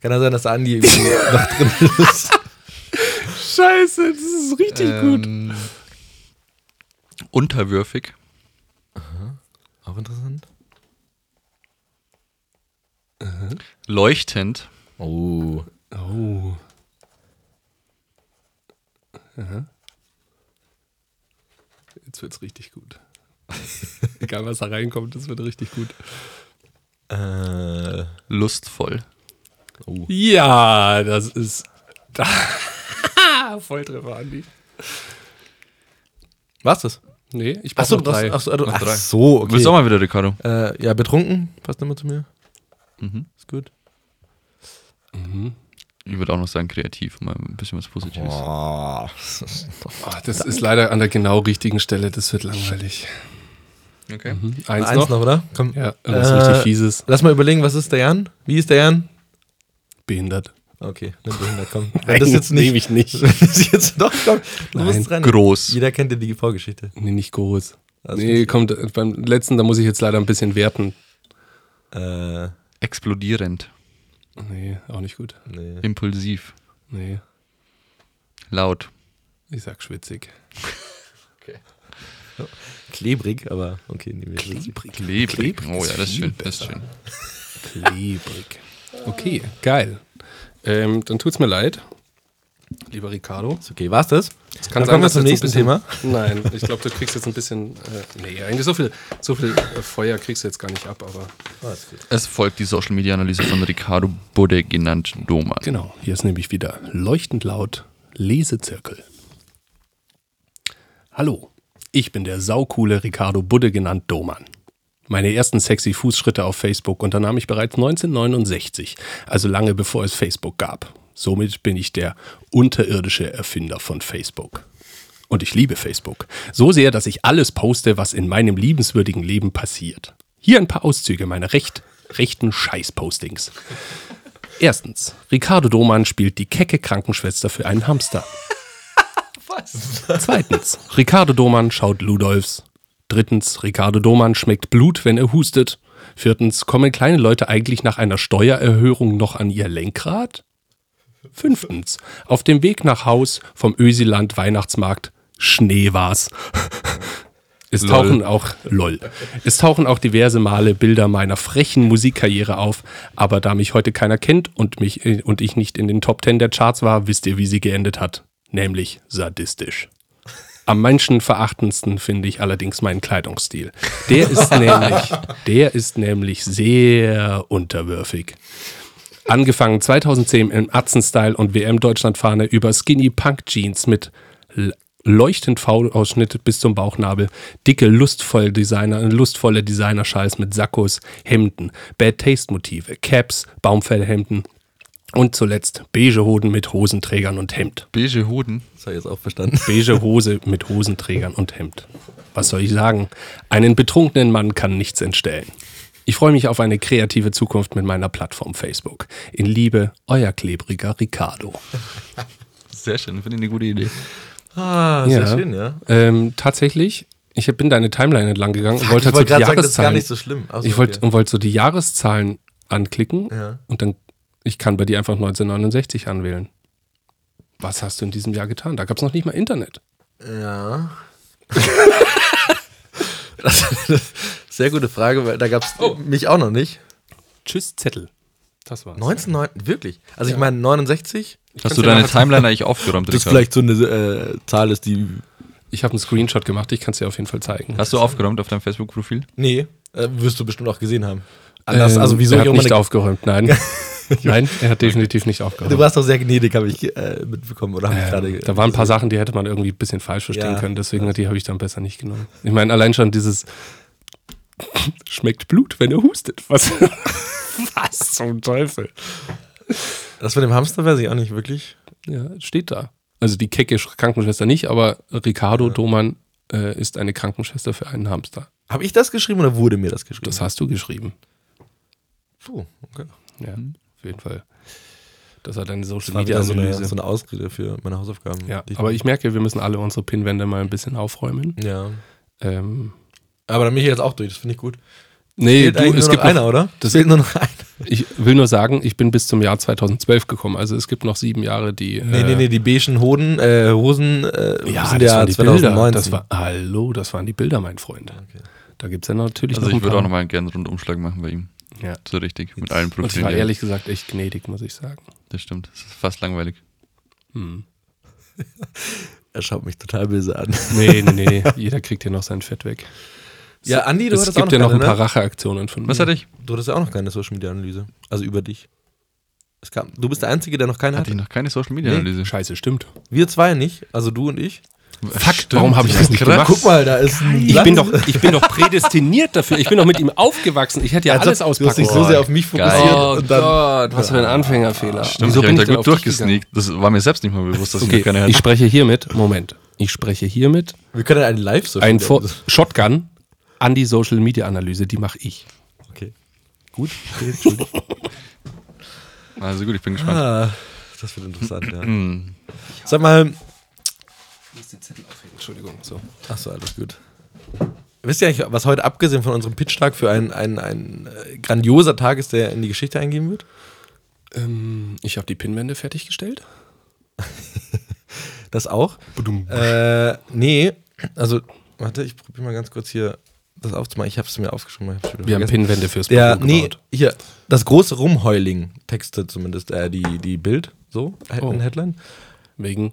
S3: Kann ja sein, dass der Andi irgendwie [LAUGHS] noch drin ist.
S2: Scheiße, das ist richtig
S4: Ähm, unterwürfig.
S3: Auch interessant.
S4: Leuchtend.
S3: Oh.
S2: Oh. Aha. Jetzt wird's richtig gut. [LAUGHS] Egal, was da reinkommt, das wird richtig gut.
S3: Äh,
S4: Lustvoll.
S3: oh.
S2: Ja, das ist. [LAUGHS] Volltreffer, Andi.
S3: War's das?
S2: Nee, ich brauche
S3: Achso,
S2: noch drei.
S3: ach so, äh, du-
S4: Noch drei.
S3: ach so,
S4: Du bist auch
S3: okay.
S4: mal wieder, Ricardo.
S3: Äh, ja, betrunken, passt immer zu mir.
S4: Mhm.
S3: Ist gut.
S4: Ich würde auch noch sagen, kreativ. Mal ein bisschen was Positives.
S3: Boah.
S2: Ah, das ist leider an der genau richtigen Stelle. Das wird langweilig.
S4: Okay.
S2: Mhm. Eins,
S3: Eins,
S2: noch.
S3: noch, Äh. oder? Komm.
S2: Ja, was richtig Fieses.
S3: Lass mal überlegen, was ist der Jan? Wie ist der Jan?
S2: Behindert.
S3: Okay, nimm den da, komm. Wenn das jetzt
S2: Nehme
S3: nicht.
S2: ich [LAUGHS] nicht.
S3: Wenn das jetzt doch kommt, du
S2: Nein.
S3: musst dran.
S4: Groß.
S3: Jeder kennt ja die Vorgeschichte.
S2: Nee, nicht groß.
S3: Also-
S2: nee, kommt äh, beim letzten, da muss ich jetzt leider ein bisschen werten.
S3: Äh,
S4: Explodierend.
S2: Nee, auch nicht gut.
S3: nee.
S4: Impulsiv.
S2: Nee,
S4: Laut.
S2: ich sag schwitzig.
S3: Klebrig, aber okay, nehmen wir das.
S4: Klebrig. Oh ja, das ist schön. Das ist schön.
S2: Klebrig. Okay, geil. Ähm, dann tut's mir leid, lieber Ricardo.
S3: Ist okay, war's das?
S2: Es
S3: Dann kommen wir
S2: dass
S3: zum
S2: jetzt
S3: nächsten
S2: ein bisschen, Thema. Nein, ich glaube, du kriegst jetzt ein bisschen. Äh, nee, eigentlich so viel, so viel äh, Feuer kriegst du jetzt gar nicht ab, aber.
S4: Es folgt die Social Media Analyse von Ricardo Budde, genannt Doma.
S2: Genau, hier ist nämlich wieder leuchtend laut Lesezirkel. Hallo, ich bin der saucoole Ricardo Budde genannt Domann. Meine ersten sexy Fußschritte auf Facebook unternahm ich bereits 1969, also lange bevor es Facebook gab. Somit bin ich der unterirdische Erfinder von Facebook. Und ich liebe Facebook. So sehr, dass ich alles poste, was in meinem liebenswürdigen Leben passiert. Hier ein paar Auszüge meiner recht, rechten Scheiß-Postings. Erstens, Ricardo Domann spielt die kecke Krankenschwester für einen Hamster. Was? Zweitens, Ricardo Domann schaut Ludolfs. Drittens, Ricardo Domann schmeckt Blut, wenn er hustet. Viertens, kommen kleine Leute eigentlich nach einer Steuererhöhung noch an ihr Lenkrad? Fünftens, auf dem Weg nach Haus vom Ösiland Weihnachtsmarkt Schnee war's. Es tauchen auch lol. Es tauchen auch diverse Male Bilder meiner frechen Musikkarriere auf, aber da mich heute keiner kennt und mich äh, und ich nicht in den Top 10 der Charts war, wisst ihr, wie sie geendet hat, nämlich sadistisch. Am menschenverachtendsten finde ich allerdings meinen Kleidungsstil. Der ist nämlich, der ist nämlich sehr unterwürfig. Angefangen 2010 im Atzen-Style und WM-Deutschland-Fahne über Skinny Punk-Jeans mit l- leuchtend V-Ausschnitt bis zum Bauchnabel, dicke, lustvoll Designer, lustvolle Designerschals mit Sakkos, Hemden, Bad-Taste-Motive, Caps, Baumfellhemden und zuletzt beige Hoden mit Hosenträgern und Hemd.
S4: Beige Hoden.
S3: Das habe ich jetzt auch verstanden.
S2: Beige Hose mit Hosenträgern und Hemd. Was soll ich sagen? Einen betrunkenen Mann kann nichts entstellen. Ich freue mich auf eine kreative Zukunft mit meiner Plattform Facebook. In Liebe, euer klebriger Ricardo.
S4: Sehr schön, finde ich eine gute Idee.
S3: [LAUGHS] Ah, sehr schön, ja.
S2: Ähm, tatsächlich, ich hab- bin deine Timeline entlang gegangen und wollte
S3: [LAUGHS]
S2: halt
S3: ich
S2: so
S3: wollte
S2: die
S3: gerade sagen, das ist gar
S2: Jahreszahlen.
S3: nicht so schlimm. Ach so,
S2: Ich wollte
S3: okay.
S2: und wollte so die Jahreszahlen anklicken
S3: Ja.
S2: und dann ich kann bei dir einfach 1969 anwählen. Was hast du in diesem Jahr getan? Da gab es noch nicht mal Internet.
S3: Ja. [LAUGHS] das ist eine sehr gute Frage, weil da gab es mich auch noch nicht.
S2: Tschüss Zettel. Das war's.
S3: 1909, wirklich? Also ich meine 69?
S4: Hast du deine Timeline eigentlich aufgeräumt,
S3: Das
S4: Ricardo?
S3: vielleicht so eine äh, Zahl ist, die...
S2: Ich habe einen Screenshot gemacht, ich kann es dir auf jeden Fall zeigen.
S4: Hast du aufgeräumt auf deinem Facebook-Profil?
S3: Nee, Äh, wirst du bestimmt auch gesehen haben. Anders, also wieso
S2: er
S3: ich
S2: Ähm, hat
S3: auch
S2: nicht
S3: meine-
S2: aufgeräumt, nein.
S3: [LAUGHS]
S2: nein, er hat definitiv nicht aufgeräumt.
S3: Du warst doch sehr gnädig, habe ich äh, mitbekommen. Oder hab ich
S2: Ähm,
S3: gerade
S2: da waren ein paar Sachen, die hätte man irgendwie ein bisschen falsch verstehen
S3: Ja.
S2: können, deswegen die habe ich dann besser nicht genommen. Ich meine, allein schon dieses [LAUGHS] schmeckt Blut, wenn er hustet. Was, was zum Teufel?
S3: Das mit dem Hamster weiß ich auch nicht wirklich.
S2: Ja, [LAUGHS] steht da. Also die kecke Sch- Krankenschwester nicht, aber Ricardo Domann äh, ist eine Krankenschwester für einen Hamster.
S3: Habe ich das geschrieben oder wurde mir das geschrieben?
S2: Das hast du geschrieben.
S3: Puh, okay.
S2: Ja, auf jeden Fall. Das hat eine Social
S3: Mhm. Das war wieder
S2: Media
S3: so eine,
S2: Analyse.
S3: so eine Ausrede für meine Hausaufgaben.
S2: ja,
S3: die
S2: aber ich merke, wir müssen alle unsere Pinwände mal ein bisschen aufräumen.
S3: Ja.
S2: Ähm,
S3: Aber dann bin ich jetzt auch durch, das finde ich gut.
S2: nee,
S3: Fehlt
S2: du,
S3: eigentlich
S2: es
S3: nur
S2: gibt
S3: noch einer, oder?
S2: das-
S3: fehlt nur noch einer.
S2: Ich will nur sagen, ich bin bis zum Jahr 2012 gekommen. Also es gibt noch sieben Jahre, die.
S3: Nee, nee, nee, die beigen Hoden, äh, Hosen äh,
S2: Ja,
S3: sind
S2: das
S3: ja
S2: waren die
S3: 2019.
S2: Bilder. Das war, hallo, das waren die Bilder, mein Freund. Da gibt es ja natürlich
S4: Also
S2: noch
S4: ich
S2: ein
S4: würde
S2: paar.
S4: auch nochmal gerne einen Rundumschlag machen bei ihm.
S2: Ja.
S4: So richtig, mit allen
S2: Und ich war
S4: Produkten.
S2: ehrlich gesagt echt gnädig, muss ich sagen.
S4: Das stimmt, das ist fast langweilig.
S2: Hm.
S3: er schaut mich total böse an.
S2: Nee, nee, [LAUGHS] nee. Jeder kriegt hier noch sein Fett weg.
S3: Ja, Andi, du
S2: es
S3: hattest
S2: gibt
S3: auch noch
S2: ja noch
S3: keine,
S2: ein paar
S3: ne?
S2: Racheaktionen von mir.
S4: Was hatte ich?
S3: Du hattest ja auch noch keine Social Media Analyse. Also über dich. Es gab, du bist der Einzige, der noch keine
S4: Hatte
S3: hatte.
S4: ich noch keine Social Media Analyse.
S2: Scheiße, stimmt.
S3: Wir zwei nicht, also du und ich.
S2: Fuck, warum habe ich das nicht gemacht?
S3: Guck mal, da ist ein
S2: Ich bin, doch, ich bin doch prädestiniert dafür. Ich bin doch mit ihm aufgewachsen. Ich hätte ja
S3: Als ob-
S2: alles
S3: Also, Du hast
S2: auspacken
S3: dich so sehr
S2: sollen.
S3: auf mich
S4: Geil.
S3: fokussiert.
S2: Oh
S3: und dann,
S2: Gott, was für ein Anfängerfehler.
S4: Stimmt, Wieso ich bin da
S2: da
S4: gut
S2: auf dich gegangen?
S4: durchgesneakt. Das war mir selbst nicht mal bewusst, dass ich noch keine
S2: Okay,
S4: hatte.
S2: ich spreche hiermit, Moment, ich spreche hiermit
S3: wir können einen live social
S2: ein Vor Shotgun an die Social Media Analyse, die mache ich.
S3: Okay. Gut. gut.
S4: Also gut, ich bin gespannt.
S3: ah, das wird interessant, ja.
S2: Mm.
S3: Sag mal,
S2: Entschuldigung, so.
S3: Achso, alles gut. Wisst ihr eigentlich, was heute abgesehen von unserem Pitch-Tag für ein, ein, ein äh, grandioser Tag ist, der in die Geschichte eingehen wird?
S2: Ähm, ich habe die Pinwände fertiggestellt.
S3: Das auch? Äh, nee, also, warte, ich probiere mal ganz kurz hier das aufzumachen. Ich habe es mir aufgeschrieben. aber Ich hab's wieder
S2: Wir haben
S3: vergessen.
S2: Pinwände fürs Büro
S3: der, nee,
S2: gebaut.
S3: hier, das große Rumheuling, Texte zumindest, äh, die, die Bild, so,
S2: Oh.
S3: in Headline.
S2: Wegen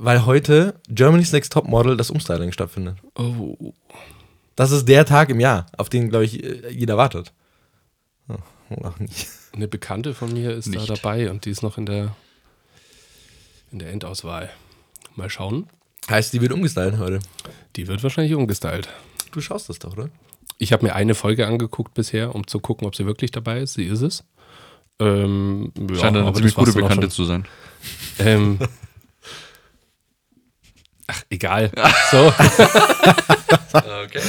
S3: Weil heute Germany's Next Topmodel das Umstyling stattfindet.
S2: Oh,
S3: Das ist der Tag im Jahr, auf den, glaube ich, äh, jeder wartet. Oh, auch nicht.
S2: eine Bekannte von mir ist
S4: Nicht.
S2: da dabei und die ist noch in der in der Endauswahl. Mal schauen.
S3: Heißt, die wird umgestylt heute.
S2: Die wird wahrscheinlich umgestylt.
S3: Du schaust das doch, oder?
S2: Ich habe mir eine Folge angeguckt bisher, um zu gucken, ob sie wirklich dabei ist. Sie ist es. Ähm, ja,
S4: Scheint eine
S2: aber
S4: ziemlich
S2: das war's dann
S4: gute
S2: auch schon.
S4: Bekannte zu sein.
S2: Ähm. [LAUGHS] Ach, [LAUGHS] egal. So.
S4: Okay.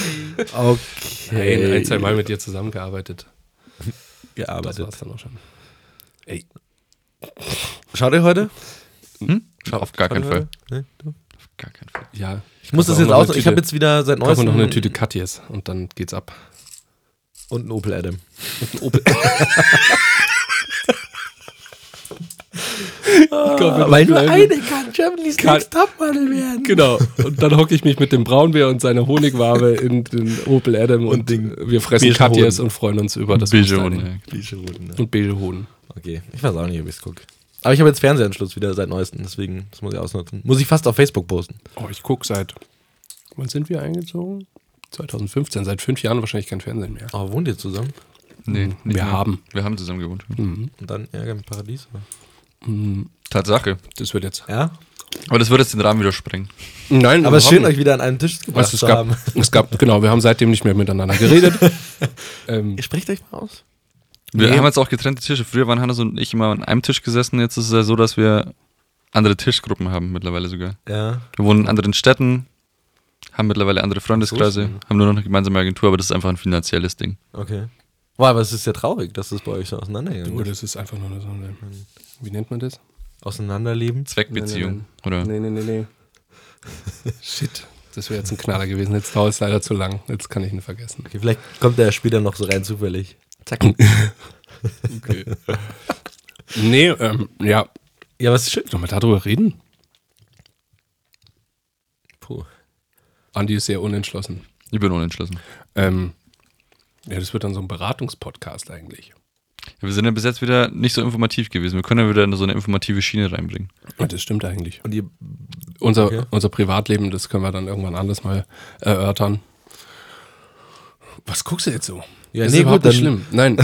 S2: Hey,
S3: Okay.
S2: ein, zwei Mal mit dir zusammengearbeitet. Das
S3: gearbeitet.
S2: war's dann auch schon.
S3: Schaut ihr heute?
S4: Hm? Auf gar keinen
S3: Schaut ihr
S4: Fall.
S3: heute? Nee, du?
S4: Auf gar keinen Fall.
S2: Ja.
S3: Ich muss
S2: Kauf mir
S3: das jetzt
S2: noch eine
S3: aus. Ich
S2: Tüte-
S3: habe jetzt wieder seit
S2: Kaufe
S3: neuestem
S2: noch eine Tüte Katjes und dann geht's ab.
S3: und einen Opel Adam. [LAUGHS]
S2: Weil
S3: kann Germany's
S2: Kann-
S3: Topmodel werden.
S2: Genau. Und dann hocke ich mich mit dem Braunbär und seiner Honigwabe in den Opel Adam und,
S3: Und den
S2: wir fressen
S3: beigen
S2: Katjes
S3: Hoden.
S2: und freuen uns über das Umstyling.
S4: Bijon.
S2: Und beige Hoden.
S3: ne? Okay, ich weiß auch nicht, ob ich es gucke. Aber ich habe jetzt Fernsehanschluss wieder seit neuestem, deswegen das muss ich ausnutzen. Muss ich fast auf Facebook posten.
S2: Oh, ich gucke seit. Wann sind wir eingezogen? 2015. Seit fünf Jahren wahrscheinlich kein Fernsehen mehr.
S3: Aber Oh, wohnt ihr zusammen?
S4: Nee, nicht
S2: Hm, Wir haben. Hm.
S4: Wir haben zusammen gewohnt.
S3: Und dann Ärger im Paradies? oder?
S4: Tatsache.
S2: Das wird jetzt.
S3: Ja?
S4: Aber das würde jetzt den Rahmen wieder sprengen.
S2: Nein,
S3: Aber es ist
S2: überhaupt
S3: schön,
S2: nicht.
S3: euch wieder an einen Tisch gebracht
S2: Also es
S3: zu
S2: gab,
S3: haben.
S2: es gab, genau, wir haben seitdem nicht mehr miteinander [LAUGHS] geredet. ähm,
S3: Ihr sprecht euch mal aus?
S4: Wir
S2: Nee.
S4: haben jetzt auch getrennte Tische. Früher waren Hannes und ich immer an einem Tisch gesessen. Jetzt ist es ja so, dass wir andere Tischgruppen haben mittlerweile sogar.
S3: Ja.
S4: Wir wohnen in anderen Städten, haben mittlerweile andere Freundeskreise, haben nur noch eine gemeinsame Agentur, aber das ist einfach ein finanzielles Ding.
S3: Okay. Boah, aber es ist ja traurig, dass das bei euch so auseinandergegangen
S2: du,
S3: ist.
S2: das ist einfach nur eine so eine, wie nennt man das?
S3: Auseinanderleben.
S4: Zweckbeziehung, oder?
S2: Nee, nee, nee, nee. [LAUGHS] Shit, das wäre jetzt ein Knaller gewesen. Jetzt dauert es leider zu lang. Jetzt kann ich ihn vergessen.
S3: Okay, vielleicht kommt er später noch so rein zufällig. Zack.
S2: Okay. nee, ähm, ja.
S3: Ja, was ist schön.
S2: Sollen wir darüber reden?
S3: Puh.
S2: Andi ist sehr unentschlossen.
S4: Ich bin unentschlossen.
S2: Ähm, ja, das wird dann so ein Beratungspodcast eigentlich.
S4: Ja, wir sind ja bis jetzt wieder nicht so informativ gewesen. Wir können ja wieder in so eine informative Schiene reinbringen.
S2: Ja, das stimmt eigentlich.
S3: Und ihr,
S2: Unser,
S3: Okay.
S2: unser Privatleben, das können wir dann irgendwann anders mal erörtern. Was guckst du jetzt so?
S3: Ja,
S2: das
S3: nee,
S2: ist überhaupt
S3: gut,
S2: nicht schlimm. Nein,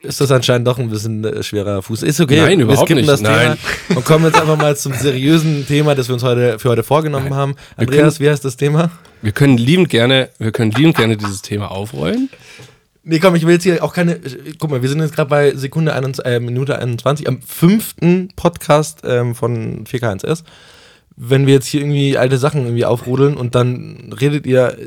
S3: Ist das anscheinend doch ein bisschen äh, schwerer Fuß. Ist okay.
S2: Nein,
S3: wir
S2: überhaupt
S3: skippen
S2: nicht.
S3: das
S2: Nein.
S3: Thema und kommen jetzt einfach mal zum seriösen Thema, das wir uns heute für heute vorgenommen haben. Andreas, wie heißt das Thema?
S2: wir können liebend gerne, wir können liebend gerne dieses Thema aufrollen.
S3: Nee, komm, ich will jetzt hier auch keine. äh, Guck mal, wir sind jetzt gerade bei Sekunde 21, äh, Minute 21, am fünften Podcast ähm, von 4K1S. Wenn wir jetzt hier irgendwie alte Sachen irgendwie aufrudeln und dann redet ihr äh,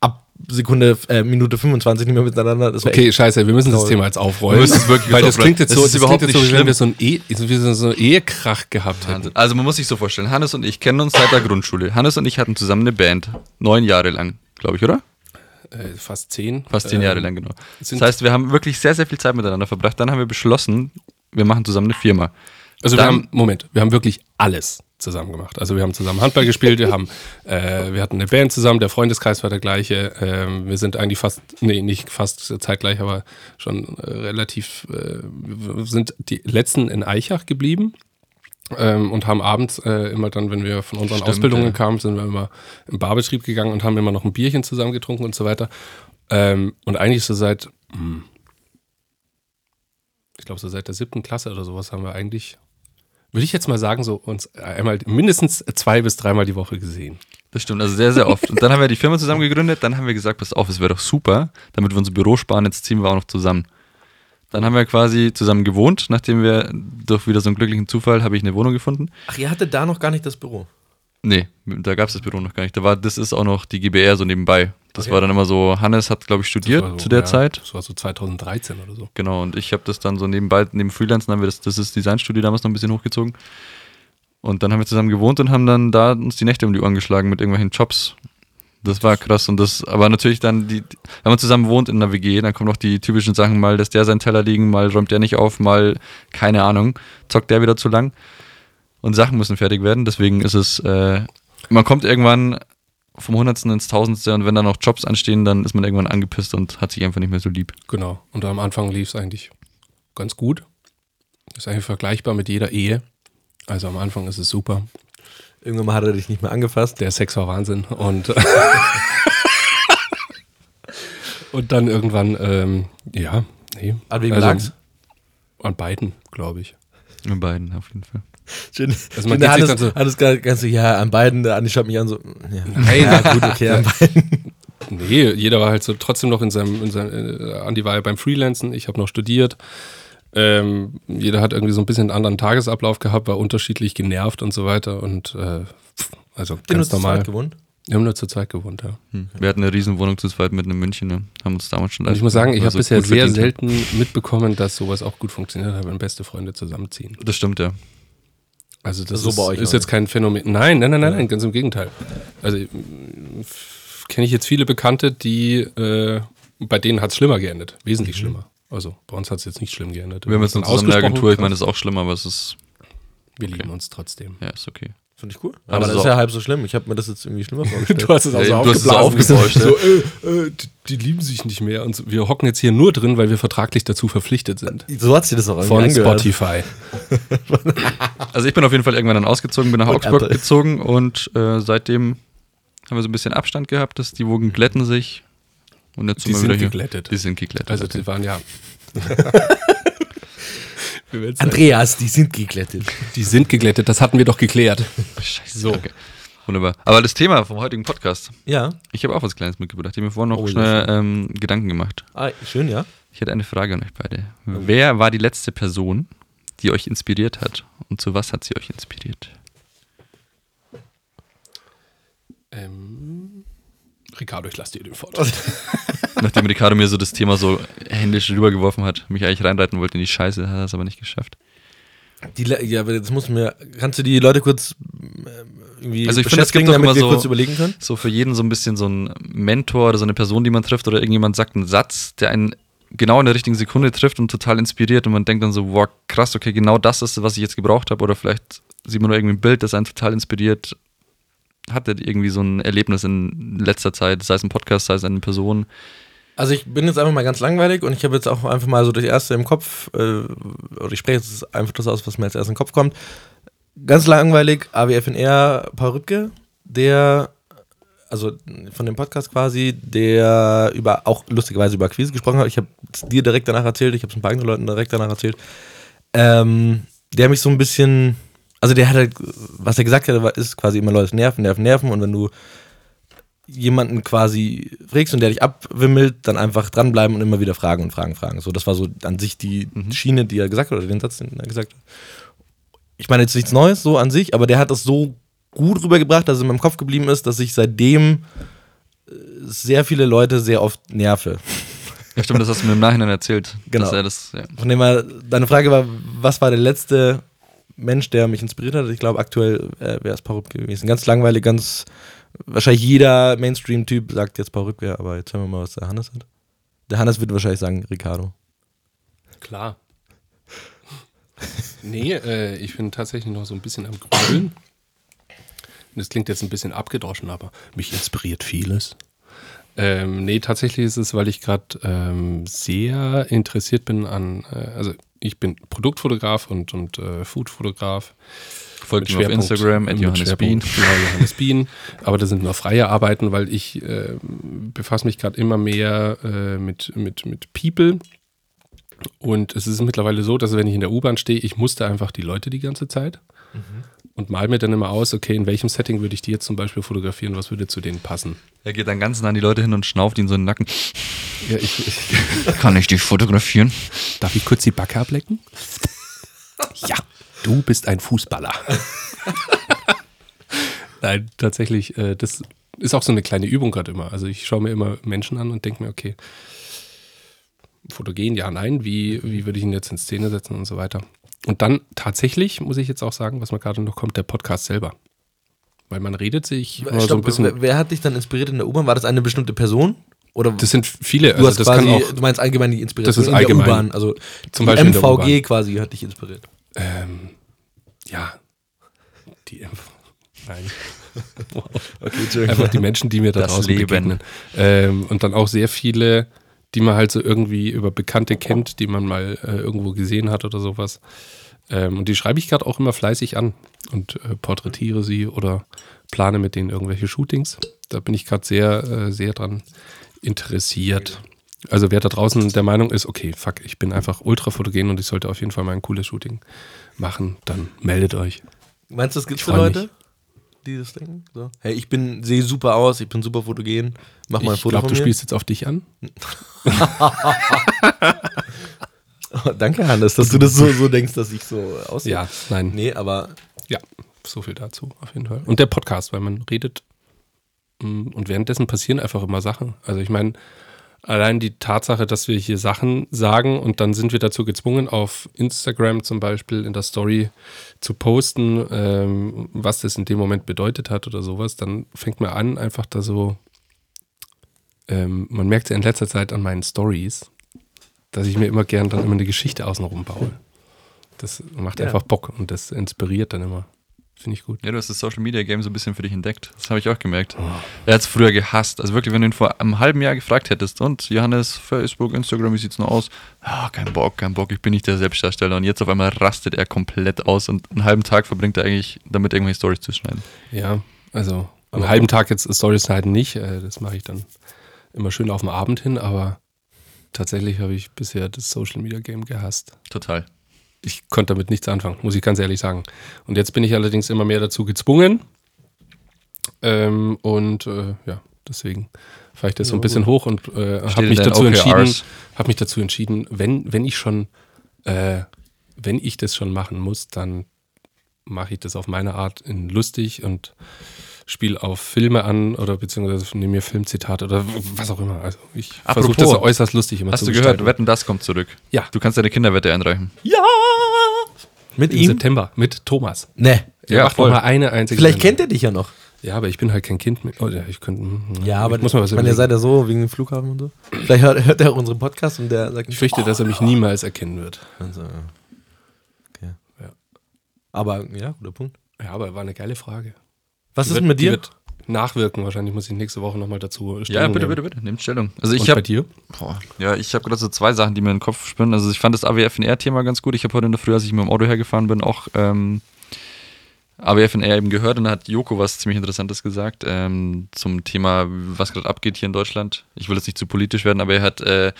S3: ab Sekunde, äh, Minute 25 nicht mehr miteinander, das wär
S2: Okay, scheiße, wir müssen das
S3: Toll.
S2: Thema jetzt aufrollen.
S4: Wir müssen es wirklich
S2: weil das
S4: jetzt aufrollen.
S2: klingt jetzt
S4: Das
S2: so,
S4: ist
S2: das klingt
S4: überhaupt
S2: jetzt so
S4: nicht
S2: wie wenn wir so einen e so wie so so einen Ehekrach gehabt hätten.
S4: Wahnsinn. Also man muss sich so vorstellen, Hannes und ich kennen uns seit der Grundschule. Hannes und ich hatten zusammen eine Band, neun Jahre lang, glaube ich, oder?
S2: Äh, fast zehn.
S4: Fast zehn
S2: Ähm,
S4: Jahre lang, genau. Das
S2: sind-
S4: heißt, wir haben wirklich sehr, sehr viel Zeit miteinander verbracht. Dann haben wir beschlossen, wir machen zusammen eine Firma.
S2: Also
S4: Dann-
S2: wir haben, Moment, wir haben wirklich alles zusammen gemacht. Also wir haben zusammen
S4: [LAUGHS]
S2: Handball gespielt, wir haben, äh, wir hatten eine Band zusammen, der Freundeskreis war der gleiche. Ähm, wir sind eigentlich fast, nee, nicht fast zeitgleich, aber schon äh, relativ, äh, wir sind die letzten in Eichach geblieben. Ähm, und haben abends äh, immer dann, wenn wir von unseren
S4: Stimmt,
S2: Ausbildungen
S4: ja.
S2: kamen, sind wir immer im Barbetrieb gegangen und haben immer noch ein Bierchen zusammen getrunken und so weiter. Ähm, und eigentlich so seit, hm, ich glaube, so seit der siebten Klasse oder sowas haben wir eigentlich, würde ich jetzt mal sagen, so uns einmal mindestens zwei bis dreimal die Woche gesehen.
S4: Das stimmt, also sehr, sehr oft. Und dann haben wir die Firma zusammen gegründet, dann haben wir gesagt, pass auf, es wäre doch super, damit wir unser Büro sparen, jetzt ziehen wir auch noch zusammen. Dann haben wir quasi zusammen gewohnt, nachdem wir durch wieder so einen glücklichen Zufall habe ich eine Wohnung gefunden.
S3: Ach, ihr hattet da noch gar nicht das Büro.
S4: Nee, da gab es das Büro noch gar nicht. Da war, das ist auch noch die GBR so nebenbei. Das war dann immer so, Hannes hat, glaube ich, studiert
S2: Das war so,
S4: zu der
S2: ja,
S4: Zeit.
S2: Das war so 2013 oder so.
S4: Genau, und ich habe das dann so nebenbei, neben Freelancen haben wir das, das ist Designstudio damals noch ein bisschen hochgezogen. Und dann haben wir zusammen gewohnt und haben dann da uns die Nächte um die Ohren geschlagen mit irgendwelchen Jobs. Das war krass und das, aber natürlich dann, die, wenn man zusammen wohnt in einer WG, dann kommen noch die typischen Sachen, mal lässt der seinen Teller liegen, mal räumt der nicht auf, mal, keine Ahnung, zockt der wieder zu lang. Und Sachen müssen fertig werden, deswegen ist es, äh, man kommt irgendwann vom Hundertsten ins Tausendste und wenn dann noch Jobs anstehen, dann ist man irgendwann angepisst und hat sich einfach nicht mehr so lieb.
S2: Genau. Und am Anfang lief es eigentlich ganz gut. Ist eigentlich vergleichbar mit jeder Ehe. Also am Anfang ist es super.
S3: Irgendwann mal hat er dich nicht mehr angefasst.
S2: Der Sex war Wahnsinn. Und, [LAUGHS] und dann irgendwann, ähm, ja, nee.
S3: An wem
S2: also,
S3: lag's?
S2: An beiden, glaube ich.
S4: In beiden, auf jeden Fall.
S3: Schön.
S2: Also man
S3: Schön, der
S2: geht sich
S3: Hannes,
S2: dann so-
S3: Hannes ganz, ganz so, ja, an beiden, der Andi schaut mich an so, mm, ja.
S2: Hey,
S3: ja, gut, okay,
S2: [LAUGHS]
S3: an beiden.
S2: Nee, jeder war halt so trotzdem noch in seinem, in seinem äh, Andi war ja beim Freelancen, ich habe noch studiert. Ähm, jeder hat irgendwie so ein bisschen einen anderen Tagesablauf gehabt, war unterschiedlich genervt und so weiter. Und äh, pff, also ganz normal.
S3: halt gewohnt.
S2: Wir haben nur zur Zeit gewohnt, ja.
S4: Wir hatten eine Riesenwohnung zu zweit mitten in München, ne? haben uns damals schon
S2: Und ich muss sagen, ich habe
S4: also
S2: bisher
S4: gut
S2: sehr
S4: verdient.
S2: selten mitbekommen, dass sowas auch gut funktioniert hat, wenn beste Freunde zusammenziehen.
S4: Das stimmt, ja.
S2: Also das
S3: So
S2: ist,
S3: bei euch
S2: ist
S3: auch
S2: jetzt kein Phänomen. Nein, nein, nein, nein, nein, ganz im Gegenteil. Also f- kenne ich jetzt viele Bekannte, die äh, bei denen hat es schlimmer geendet, wesentlich schlimmer. Also bei uns hat es jetzt nicht schlimm geendet.
S4: Mhm. Wir haben jetzt
S2: Dann
S4: eine zusammen eine
S2: ausgesprochen
S4: Agentur, ich
S2: krass.
S4: meine, das ist auch schlimm, aber es ist,
S2: wir lieben uns trotzdem.
S4: ja, ist okay.
S3: Finde ich cool.
S4: Aber
S3: Aber das
S4: so-
S3: ist ja halb so schlimm. Ich habe mir das jetzt irgendwie schlimmer vorgestellt.
S2: hast es
S4: auch so Ja, du hast es so aufgeblasen. aufgebauscht,
S2: so, äh, äh, die, die lieben sich nicht mehr und so- wir hocken jetzt hier nur drin, weil wir vertraglich dazu verpflichtet sind.
S3: so hat sich das auch
S2: Von
S3: irgendwie angehört.
S2: Spotify.
S4: Also ich bin auf jeden Fall irgendwann dann ausgezogen, bin nach
S3: Und
S4: Augsburg
S3: Apple.
S4: gezogen und äh, seitdem haben wir so ein bisschen Abstand gehabt, dass die Wogen glätten sich und jetzt
S2: Die
S4: sind wir
S2: sind
S4: wieder hier.
S2: geglättet.
S4: Die sind geglättet.
S2: Also die waren ja. Wir werden sagen,
S3: Andreas, die sind geglättet.
S2: die sind geglättet, das hatten wir doch geklärt.
S4: Scheiße. So. Okay. Wunderbar. Aber das Thema vom heutigen Podcast,
S3: Ja.
S4: ich habe auch was Kleines mitgebracht. Ich habe mir vorhin noch
S3: Oh, ja.
S4: schnell ähm, Gedanken gemacht.
S3: Ah, schön, ja.
S4: Ich hätte eine Frage an euch beide. Wer war die letzte Person, die euch inspiriert hat? Und zu was hat sie euch inspiriert?
S2: Ähm, Ricardo, ich lasse dir den Vortrag.
S4: Nachdem Ricardo mir so das Thema so händisch rübergeworfen hat, mich eigentlich reinreiten wollte in die Scheiße, hat er es aber nicht geschafft.
S3: Die, Le- ja, aber jetzt muss mir. Kannst du die Leute kurz ähm, irgendwie
S4: Also ich finde, es gibt
S3: beschäftigen,
S4: doch
S3: damit
S4: immer
S3: wir
S4: so-
S3: kurz überlegen können?
S4: So für jeden so ein bisschen so ein Mentor oder so eine Person, die man trifft oder irgendjemand sagt einen Satz, der einen genau in der richtigen Sekunde trifft und total inspiriert und man denkt dann so, wow, krass, okay, genau das ist, was ich jetzt gebraucht habe oder vielleicht sieht man nur irgendwie ein Bild, das einen total inspiriert. Hatte irgendwie so ein Erlebnis in letzter Zeit, sei es ein Podcast, sei es eine Person.
S3: Also ich bin jetzt einfach mal ganz langweilig und ich habe jetzt auch einfach mal so das erste im Kopf, äh, oder ich spreche jetzt einfach das aus, was mir als erstes in den Kopf kommt. Ganz langweilig, AWFNR, Paul Rübke, der also von dem Podcast quasi, der über auch lustigerweise über Quiz gesprochen hat. Ich habe dir direkt danach erzählt, ich habe es ein paar anderen Leuten direkt danach erzählt. Ähm, der mich so ein bisschen, also der hat halt, was er gesagt hat, war- ist quasi immer Leute nerven, nerven, nerven und wenn du jemanden quasi frägst und der dich abwimmelt, dann einfach dranbleiben und immer wieder fragen und fragen, fragen. So, das war so an sich die Schiene, die er gesagt hat, oder den Satz, den er gesagt hat ich meine jetzt nichts Neues so an sich, aber der hat das so gut rübergebracht, dass es in meinem Kopf geblieben ist, dass ich seitdem äh, sehr viele Leute sehr oft nerve.
S4: Ja, stimmt, das hast du mir im Nachhinein erzählt.
S3: Genau.
S4: Dass er das, ja.
S3: Von dem her, deine Frage war, was war der letzte Mensch, der mich inspiriert hat? Ich glaube, aktuell äh, wäre es Paul Rübke gewesen. Ganz langweilig, ganz wahrscheinlich jeder Mainstream-Typ sagt jetzt Paul Rübke, aber jetzt hören wir mal, was der Hannes hat. Der Hannes würde wahrscheinlich sagen, Ricardo.
S2: Klar. [LAUGHS] Nee, äh, ich bin tatsächlich noch so ein bisschen am Grübeln. Und Das klingt jetzt ein bisschen abgedroschen, aber mich inspiriert vieles. Ähm, nee, tatsächlich ist es, weil ich gerade ähm, sehr interessiert bin an, äh, also ich bin Produktfotograf und, und äh, Foodfotograf.
S4: Folgt ihm auf
S2: Schwerpunkt-
S4: Instagram, at
S2: mit
S4: Johannes Bean.
S2: Schwerpunkt- [LAUGHS] Genau, Johannes Bean. Aber das sind nur freie Arbeiten, weil ich äh, befasse mich gerade immer mehr äh, mit, mit, mit People. Und es ist mittlerweile so, dass wenn ich in der U-Bahn stehe, ich muster einfach die Leute die ganze Zeit und mal mir dann immer aus, okay, in welchem Setting würde ich die jetzt zum Beispiel fotografieren, was würde zu denen passen.
S4: Er geht dann ganz nah an die Leute hin und schnauft ihnen so in den Nacken.
S2: Ja, ich, ich, [LAUGHS]
S4: Kann ich dich fotografieren?
S2: Darf ich kurz die Backe [LAUGHS] ablecken? ja, du bist ein Fußballer. [LAUGHS] Nein, tatsächlich, äh, das ist auch so eine kleine Übung gerade immer. Also ich schaue mir immer Menschen an und denke mir, okay, fotogen, ja, nein, wie, wie würde ich ihn jetzt in Szene setzen und so weiter. Und dann tatsächlich, muss ich jetzt auch sagen, was mir gerade noch kommt, der Podcast selber. Weil man redet sich immer so ein bisschen.
S3: wer, wer hat dich dann inspiriert in der U-Bahn? War das eine bestimmte Person? Oder
S2: Das sind viele,
S3: Du,
S2: also
S3: hast
S2: das
S3: quasi,
S2: kann auch.
S3: du meinst allgemein die Inspiration
S2: Das ist allgemein.
S3: in der U-Bahn. Also
S2: Zum
S3: die
S2: Beispiel in der
S3: MVG quasi hat dich inspiriert.
S2: Ähm, ja, die Impf.
S4: [LAUGHS]
S2: Nein.
S3: Okay,
S2: Einfach die Menschen, die mir da
S4: Das
S2: draußen
S4: Leben.
S2: begegnen. Ähm, und dann auch sehr viele, die man halt so irgendwie über Bekannte kennt, die man mal äh, irgendwo gesehen hat oder sowas. Ähm, und die schreibe ich gerade auch immer fleißig an und äh, porträtiere sie oder plane mit denen irgendwelche Shootings. Da bin ich gerade sehr, äh, sehr dran interessiert. Also wer da draußen der Meinung ist, okay, fuck, ich bin einfach ultra fotogen und ich sollte auf jeden Fall mal ein cooles Shooting machen, dann meldet euch.
S3: Meinst du, es gibt
S2: Ich
S3: so
S2: freu
S3: Leute, die das denken? So. Hey, ich bin, sehe super aus, ich bin super fotogen, mach mal ein
S2: Ich
S3: Foto
S2: glaube, du
S3: von mir.
S2: spielst jetzt auf dich an.
S3: Oh, danke, Hannes, dass du das so, so denkst, dass ich so aussehe.
S2: Ja, nein.
S3: Nee, aber
S2: Ja, so viel dazu auf jeden Fall. Und der Podcast, weil man redet mm, und währenddessen passieren einfach immer Sachen. Also ich meine, allein die Tatsache, dass wir hier Sachen sagen und dann sind wir dazu gezwungen, auf Instagram zum Beispiel in der Story zu posten, ähm, was das in dem Moment bedeutet hat oder sowas, dann fängt man an, einfach da so, ähm, man merkt ja in letzter Zeit an meinen Stories, dass ich mir immer gern dann immer eine Geschichte außenrum baue. Das macht
S3: Ja.
S2: einfach Bock und das inspiriert dann immer. Finde ich gut.
S4: Ja, du hast das Social Media Game so ein bisschen für dich entdeckt. Das habe ich auch gemerkt.
S2: Oh.
S4: Er hat es früher gehasst. Also wirklich, wenn du ihn vor einem halben Jahr gefragt hättest, und Johannes, Facebook, Instagram, wie sieht's noch aus? Ah, kein Bock, kein Bock, ich bin nicht der Selbstdarsteller. Und jetzt auf einmal rastet er komplett aus und einen halben Tag verbringt er eigentlich damit, irgendwelche Stories zu schneiden.
S2: Ja, also einen halben Tag jetzt Stories halt nicht. äh, Das mache ich dann immer schön auf den Abend hin, aber tatsächlich habe ich bisher das Social Media Game gehasst.
S4: Total.
S2: Ich konnte damit nichts anfangen, muss ich ganz ehrlich sagen. Und jetzt bin ich allerdings immer mehr dazu gezwungen. Ähm, und äh, ja, deswegen fahre ich das so ein bisschen hoch und äh, habe
S4: Still
S2: mich
S4: dein
S2: dazu
S4: OKRs.
S2: entschieden, habe mich dazu entschieden, wenn, wenn ich schon, äh, wenn ich das schon machen muss, dann mache ich das auf meine Art in lustig und spiele auf Filme an oder beziehungsweise nehme mir Filmzitate oder w- was auch immer. Also ich versuche
S4: Apropos,
S2: das so äußerst lustig immer
S4: Hast
S2: zu
S4: du gehört,
S2: gestalten.
S4: Wetten, das kommt zurück.
S2: Ja.
S4: Du kannst deine Kinderwette einreichen.
S3: mit
S2: Im
S3: ihm?
S2: September mit Thomas.
S3: Nee.
S2: Er
S4: Ja,
S2: macht
S4: voll.
S2: noch mal eine einzige.
S3: Vielleicht
S2: Sendung.
S3: kennt er dich ja noch.
S2: Ja, aber ich bin halt kein Kind. Mit, oh, ja, ich könnte. hm, ich muss mal
S3: man
S2: was
S3: ihr
S2: überlegen.
S3: seid ja so wegen dem Flughafen und so. Vielleicht hört, hört er unseren Podcast und der sagt,
S2: Ich fürchte, dass er mich niemals erkennen wird.
S3: Also, ja. Okay.
S2: Ja.
S3: Aber ja, guter Punkt.
S2: Ja, aber war eine geile Frage.
S3: Was
S2: Die
S3: ist
S2: wird-
S3: denn mit
S2: die
S3: dir?
S2: wird nachwirken. Wahrscheinlich muss ich nächste Woche nochmal dazu stellen.
S4: Ja, bitte, bitte, bitte. Nehmt Stellung. Also ich
S2: Und bei
S4: habe
S2: dir?
S4: Boah. Ja, ich habe gerade so zwei Sachen, die mir in den Kopf spinnen. Also ich fand das AWFNR-Thema ganz gut. Ich habe heute in der Früh, als ich mit dem Auto hergefahren bin, auch ähm, Aber FNR eben gehört und da hat Joko was ziemlich Interessantes gesagt ähm, zum Thema, was gerade abgeht hier in Deutschland. Ich will jetzt nicht zu politisch werden, aber er hat äh,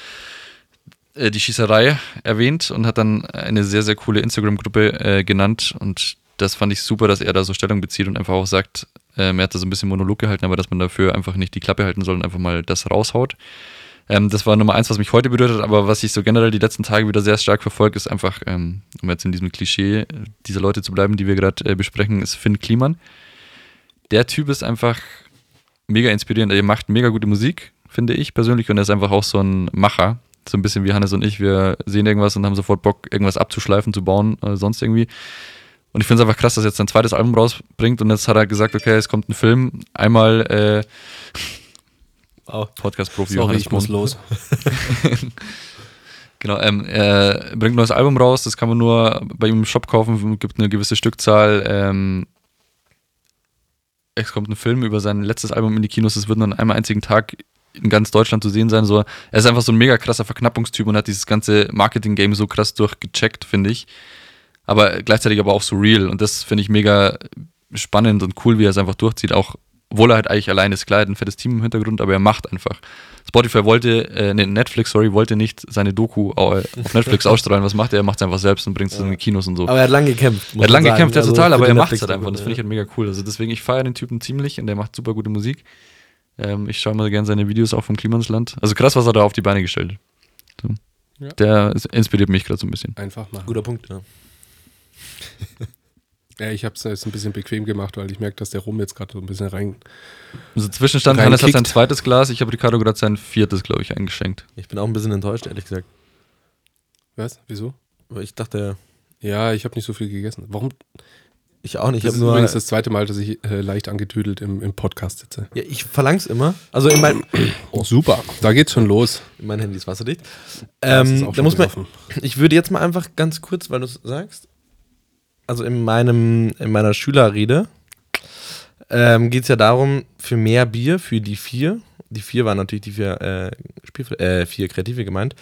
S4: äh, die Schießerei erwähnt und hat dann eine sehr, sehr coole Instagram-Gruppe äh, genannt. Und das fand ich super, dass er da so Stellung bezieht und einfach auch sagt, ähm, er hat da so ein bisschen Monolog gehalten, aber dass man dafür einfach nicht die Klappe halten soll und einfach mal das raushaut. Ähm, das war Nummer eins, was mich heute berührt hat, aber was ich so generell die letzten Tage wieder sehr stark verfolge, ist einfach, ähm, um jetzt in diesem Klischee äh, dieser Leute zu bleiben, die wir gerade äh, besprechen, ist Finn Kliman. Der Typ ist einfach mega inspirierend. Er macht mega gute Musik, finde ich persönlich, und er ist einfach auch so ein Macher. So ein bisschen wie Hannes und ich. Wir sehen irgendwas und haben sofort Bock, irgendwas abzuschleifen, zu bauen, äh, sonst irgendwie. Und ich finde es einfach krass, dass er jetzt sein zweites Album rausbringt und jetzt hat er gesagt, okay, es kommt ein Film. Einmal äh,
S3: Wow.
S4: Podcast-Profi
S2: Sorry,
S4: Johannes
S2: ich muss
S4: Brun.
S2: los.
S4: Genau, ähm, er bringt ein neues Album raus, das kann man nur bei ihm im Shop kaufen, gibt eine gewisse Stückzahl. Ähm, es kommt ein Film über sein letztes Album in die Kinos, das wird nur an einem einzigen Tag in ganz Deutschland zu sehen sein. So, er ist einfach so ein mega krasser Verknappungstyp und hat dieses ganze Marketing-Game so krass durchgecheckt, finde ich. Aber gleichzeitig aber auch so real und das finde ich mega spannend und cool, wie er es einfach durchzieht, auch obwohl er halt eigentlich allein ist, klar, er hat ein fettes Team im Hintergrund, aber er macht einfach. Spotify wollte, äh, nee, Netflix, sorry, wollte nicht seine Doku au- auf Netflix ausstrahlen. Was macht er? Er macht es einfach selbst und bringt es in die Kinos und so.
S3: Aber er hat lange gekämpft.
S4: er
S3: muss
S4: hat lange
S3: man sagen.
S4: gekämpft, ja,
S3: Also
S4: total,
S3: für
S4: aber
S3: die
S4: er macht es halt
S3: Netflix-Doku,
S4: einfach. und Das
S3: ja.
S4: finde ich halt mega cool. Also deswegen, ich feiere den Typen ziemlich und der macht super gute Musik. Ähm, ich schaue mal gerne seine Videos auch vom Klimansland. Also krass, was er da auf die Beine gestellt hat. So.
S2: Ja.
S4: Der ist- inspiriert mich gerade so ein bisschen.
S2: [LAUGHS] Einfach machen.
S3: Guter Punkt, ja.
S2: Ja, ich habe es jetzt ein bisschen bequem gemacht, weil ich merke, dass der Rum jetzt gerade so ein bisschen rein.
S4: Also Zwischenstand, Hannes hat sein zweites Glas, ich habe Ricardo gerade sein viertes, glaube ich, eingeschenkt.
S3: Ich bin auch ein bisschen enttäuscht, ehrlich gesagt.
S2: Was? Wieso?
S3: Weil Ich dachte,
S2: Ja, ich habe nicht so viel gegessen. Warum?
S3: ich auch nicht.
S2: das ist
S3: ich hab nur,
S2: übrigens das zweite Mal, dass ich äh, leicht angetüdelt im, im Podcast sitze.
S3: ja, ich verlang's immer. Also in mein,
S2: Oh, super. Da geht's schon los.
S3: in mein Handy ist wasserdicht.
S2: Das ist
S3: Ähm,
S2: auch
S3: da
S2: schon
S3: muss man,
S2: gelaufen.
S3: ich würde jetzt mal einfach ganz kurz, weil du es sagst, also in, meinem, in meiner Schülerrede ähm, geht es ja darum, für mehr Bier, für die vier, die vier waren natürlich die vier, äh, Spielfre äh, vier Kreative gemeint,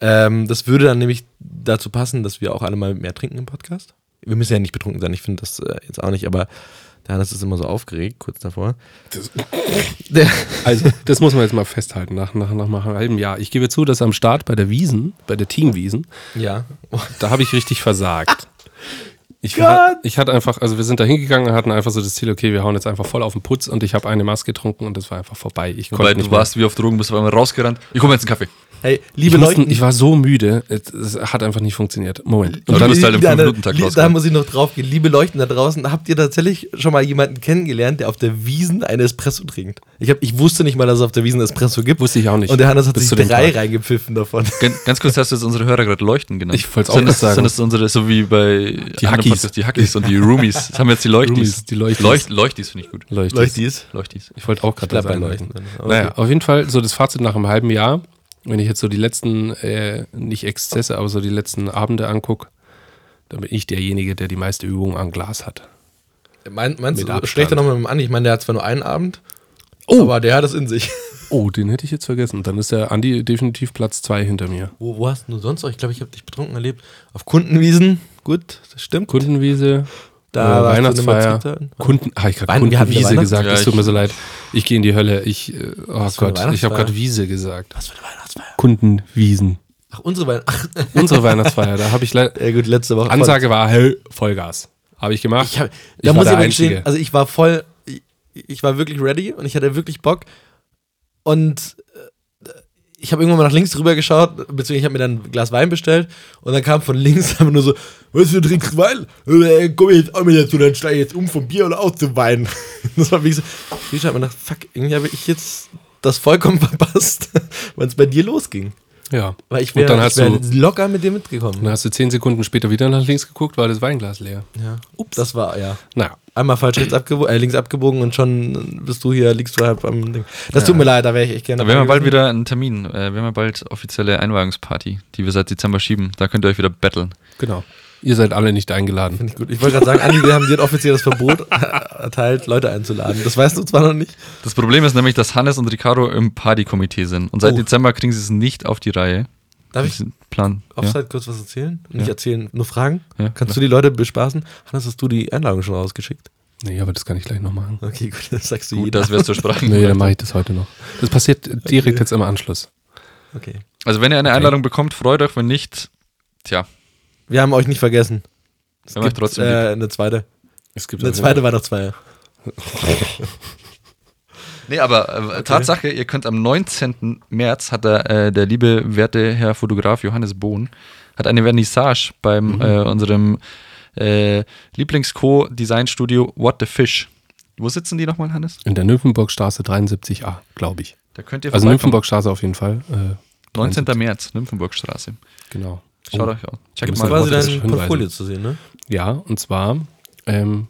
S3: ähm, das würde dann nämlich dazu passen, dass wir auch alle mal mehr trinken im Podcast. Wir müssen ja nicht betrunken sein, ich finde das äh, jetzt auch nicht, aber der Hannes ist immer so aufgeregt, kurz davor. Der,
S2: Also, das muss man jetzt mal festhalten nach, nach, nach nach einem halben Jahr. Ich gebe zu, dass am Start bei der Wiesen, bei der Teamwiesen,
S3: ja.
S2: da habe ich richtig versagt. Ich,
S3: Gott!
S2: war, ich hatte einfach, also wir sind da hingegangen und hatten einfach so das Ziel, okay, wir hauen jetzt einfach voll auf den Putz und ich habe eine Maß getrunken und das war einfach vorbei. Ich
S4: Wobei
S2: konnte
S4: du
S2: nicht mehr.
S4: warst wie auf Drogen, bist auf einmal rausgerannt. Ich hole mir jetzt einen Kaffee.
S3: [LAUGHS] Hey,
S2: Ich,
S3: liebe
S2: musste,
S3: Leute,
S2: ich war so müde, es, es hat einfach nicht funktioniert. Moment. Und
S4: du
S2: dann
S4: bist halt im
S3: Ja, da-
S4: Fünf-Minuten-Takt
S3: li- Da
S4: rausgekommen.
S3: muss ich noch drauf gehen. Liebe Leuchten da draußen, habt ihr tatsächlich schon mal jemanden kennengelernt, der auf der Wiesen einen Espresso trinkt? Ich, hab, ich wusste nicht mal, dass es auf der Wiesen Espresso gibt.
S2: Wusste ich auch nicht.
S3: Und der Hannes hat
S2: Bis zu
S3: sich
S2: dem
S3: drei
S2: Tag. [LAUGHS]
S3: reingepfiffen davon.
S4: Gan- Ganz kurz hast du jetzt unsere Hörer gerade leuchten genannt.
S2: Ich wollt's auch
S4: Sind das-
S2: grad sagen.
S4: Sind das unsere, so wie bei die
S2: Hackies.
S4: die Hackies und die Roomies. Das haben jetzt die Leuchtis.
S2: Roomies, die Leuchtis.
S4: Leucht, Leuchtis finde ich gut.
S2: Leuchtis.
S4: Leuchtis.
S2: Ich wollte auch
S3: Ich
S2: gerade
S3: bleib
S2: das
S3: bei
S2: einleiten.
S3: Leuchten.
S2: Naja, auf jeden Fall so das Fazit nach einem halben Jahr, wenn ich jetzt so die letzten, äh, nicht Exzesse, aber so die letzten Abende angucke, dann bin ich derjenige, der die meiste Übung am Glas hat.
S3: Mein, meinst
S2: Mit
S3: du,
S2: Abstand.
S3: sprech da nochmal mit dem an. Ich meine, der hat zwar nur einen Abend,
S2: Oh.
S3: aber der hat es in sich. [LAUGHS]
S2: Oh, den hätte ich jetzt vergessen. Dann ist der Andi definitiv Platz zwei hinter mir.
S3: Wo, wo hast du sonst auch? Ich glaube, ich habe dich betrunken erlebt. Auf Kundenwiesen. Gut, das stimmt.
S2: Kundenwiese,
S3: Da
S2: äh,
S3: warst du
S2: Weihnachtsfeier.
S3: eine Mahlzeit.
S2: Kunden, ah, ich habe
S3: Wein- wir hatten
S2: Kundenwiese
S3: Weihnachten.
S2: gesagt,
S4: Ja,
S2: es tut
S4: ich-
S2: mir so leid. Ich gehe in die Hölle. Ich, äh, oh
S3: für eine
S2: Gott, ich habe
S3: Weihnachtsfeier?
S2: gerade Wiese gesagt.
S3: Was für eine Weihnachtsfeier?
S2: Kundenwiesen.
S3: Ach, [LAUGHS] unsere Weihnachtsfeier.
S2: Unsere Weihnachtsfeier, da habe ich
S3: [LAUGHS]
S2: leider.
S3: Ja gut, letzte Woche.
S2: Ansage war, hey, Vollgas. Habe ich gemacht.
S3: Ich hab,
S2: Ich
S3: da
S2: war
S3: muss ich
S2: der
S3: aber gestehen,
S2: Einzige.
S3: also ich war voll, ich, ich war wirklich ready und ich hatte wirklich Bock. Und äh, ich habe irgendwann mal nach links rüber geschaut, beziehungsweise ich habe mir dann ein Glas Wein bestellt und dann kam von links [LAUGHS] einfach nur so, was du trinkst Wein? Äh, Komm jetzt auch mit dazu, dann steige ich jetzt um vom Bier oder auch zu Wein. [LAUGHS] Das war wie so, ich habe mir gedacht, fuck, irgendwie habe ich jetzt das vollkommen [LAUGHS] verpasst, wann es bei dir losging.
S2: ja.
S3: Weil ich
S2: Und dann
S3: wäre
S2: hast
S3: wär
S2: du-
S3: locker mit dir mitgekommen.
S2: Und dann hast du zehn Sekunden später wieder nach links geguckt, war das Weinglas leer.
S3: Ja. Ups. Das war, ja.
S2: Naja.
S3: Einmal falsch rechts abgebogen, äh, links abgebogen und schon bist du hier, liegst du halb am Ding. Das tut mir leid, da wäre ich echt gerne.
S4: Da werden wir
S3: dabei
S4: bald wieder einen Termin. Äh, wir haben ja bald offizielle Einweihungsparty, die wir seit Dezember schieben. Da könnt ihr euch wieder battlen.
S2: Genau. Ihr seid alle nicht eingeladen.
S3: Finde ich gut. Ich wollte gerade sagen, Andi, wir haben dir ein offizielles Verbot [LAUGHS] erteilt, Leute einzuladen. Das weißt du zwar noch nicht.
S4: Das Problem ist nämlich, dass Hannes und Ricardo im Partykomitee sind. Und seit
S3: Oh.
S4: Dezember kriegen sie es nicht auf die Reihe.
S3: Darf ich
S4: diesen Plan. Ja.
S3: Offside kurz was erzählen? Nicht
S4: Ja.
S3: erzählen, nur fragen.
S4: Ja,
S3: Kannst du die Leute bespaßen? Hannes, hast du die Einladung schon rausgeschickt?
S2: Nee, aber das kann ich gleich noch
S3: [LAUGHS]
S2: machen.
S3: Okay, gut, das sagst du
S4: Gut,
S3: jeder.
S4: dass wir es
S3: [LAUGHS]
S4: zur Sprache
S2: Nee,
S4: gebracht
S2: dann mache ich das heute noch. Das passiert direkt jetzt im Anschluss.
S3: Okay.
S4: Also wenn ihr eine Einladung bekommt, freut euch, wenn nicht, tja,
S3: Wir haben euch nicht vergessen. Es
S4: Wir haben euch trotzdem lieb.
S3: äh, eine zweite,
S2: Es gibt
S3: eine zweite Weihnachtsfeier.
S4: Nee, aber äh, Tatsache, ihr könnt am 19. März hat der, äh, der liebe, werte Herr Fotograf Johannes Bohn hat eine Vernissage beim äh, unserem äh, Lieblings-Co-Design-Studio What the Fish. Wo sitzen die nochmal, Hannes?
S2: In der Nymphenburgstraße 73a, glaube ich.
S4: Da könnt ihr
S2: Also
S4: vorbeikommen.
S2: Nymphenburgstraße auf jeden Fall. Äh,
S4: 19. März, Nymphenburgstraße.
S3: Oh,
S2: Genau.
S4: Schaut euch an. Checkt
S2: Gibt's
S4: mal.
S2: noch was?
S4: aus.
S3: Quasi
S2: das
S3: dein
S2: Hinweise.
S3: Portfolio zu sehen, ne?
S2: Ja, und zwar ähm,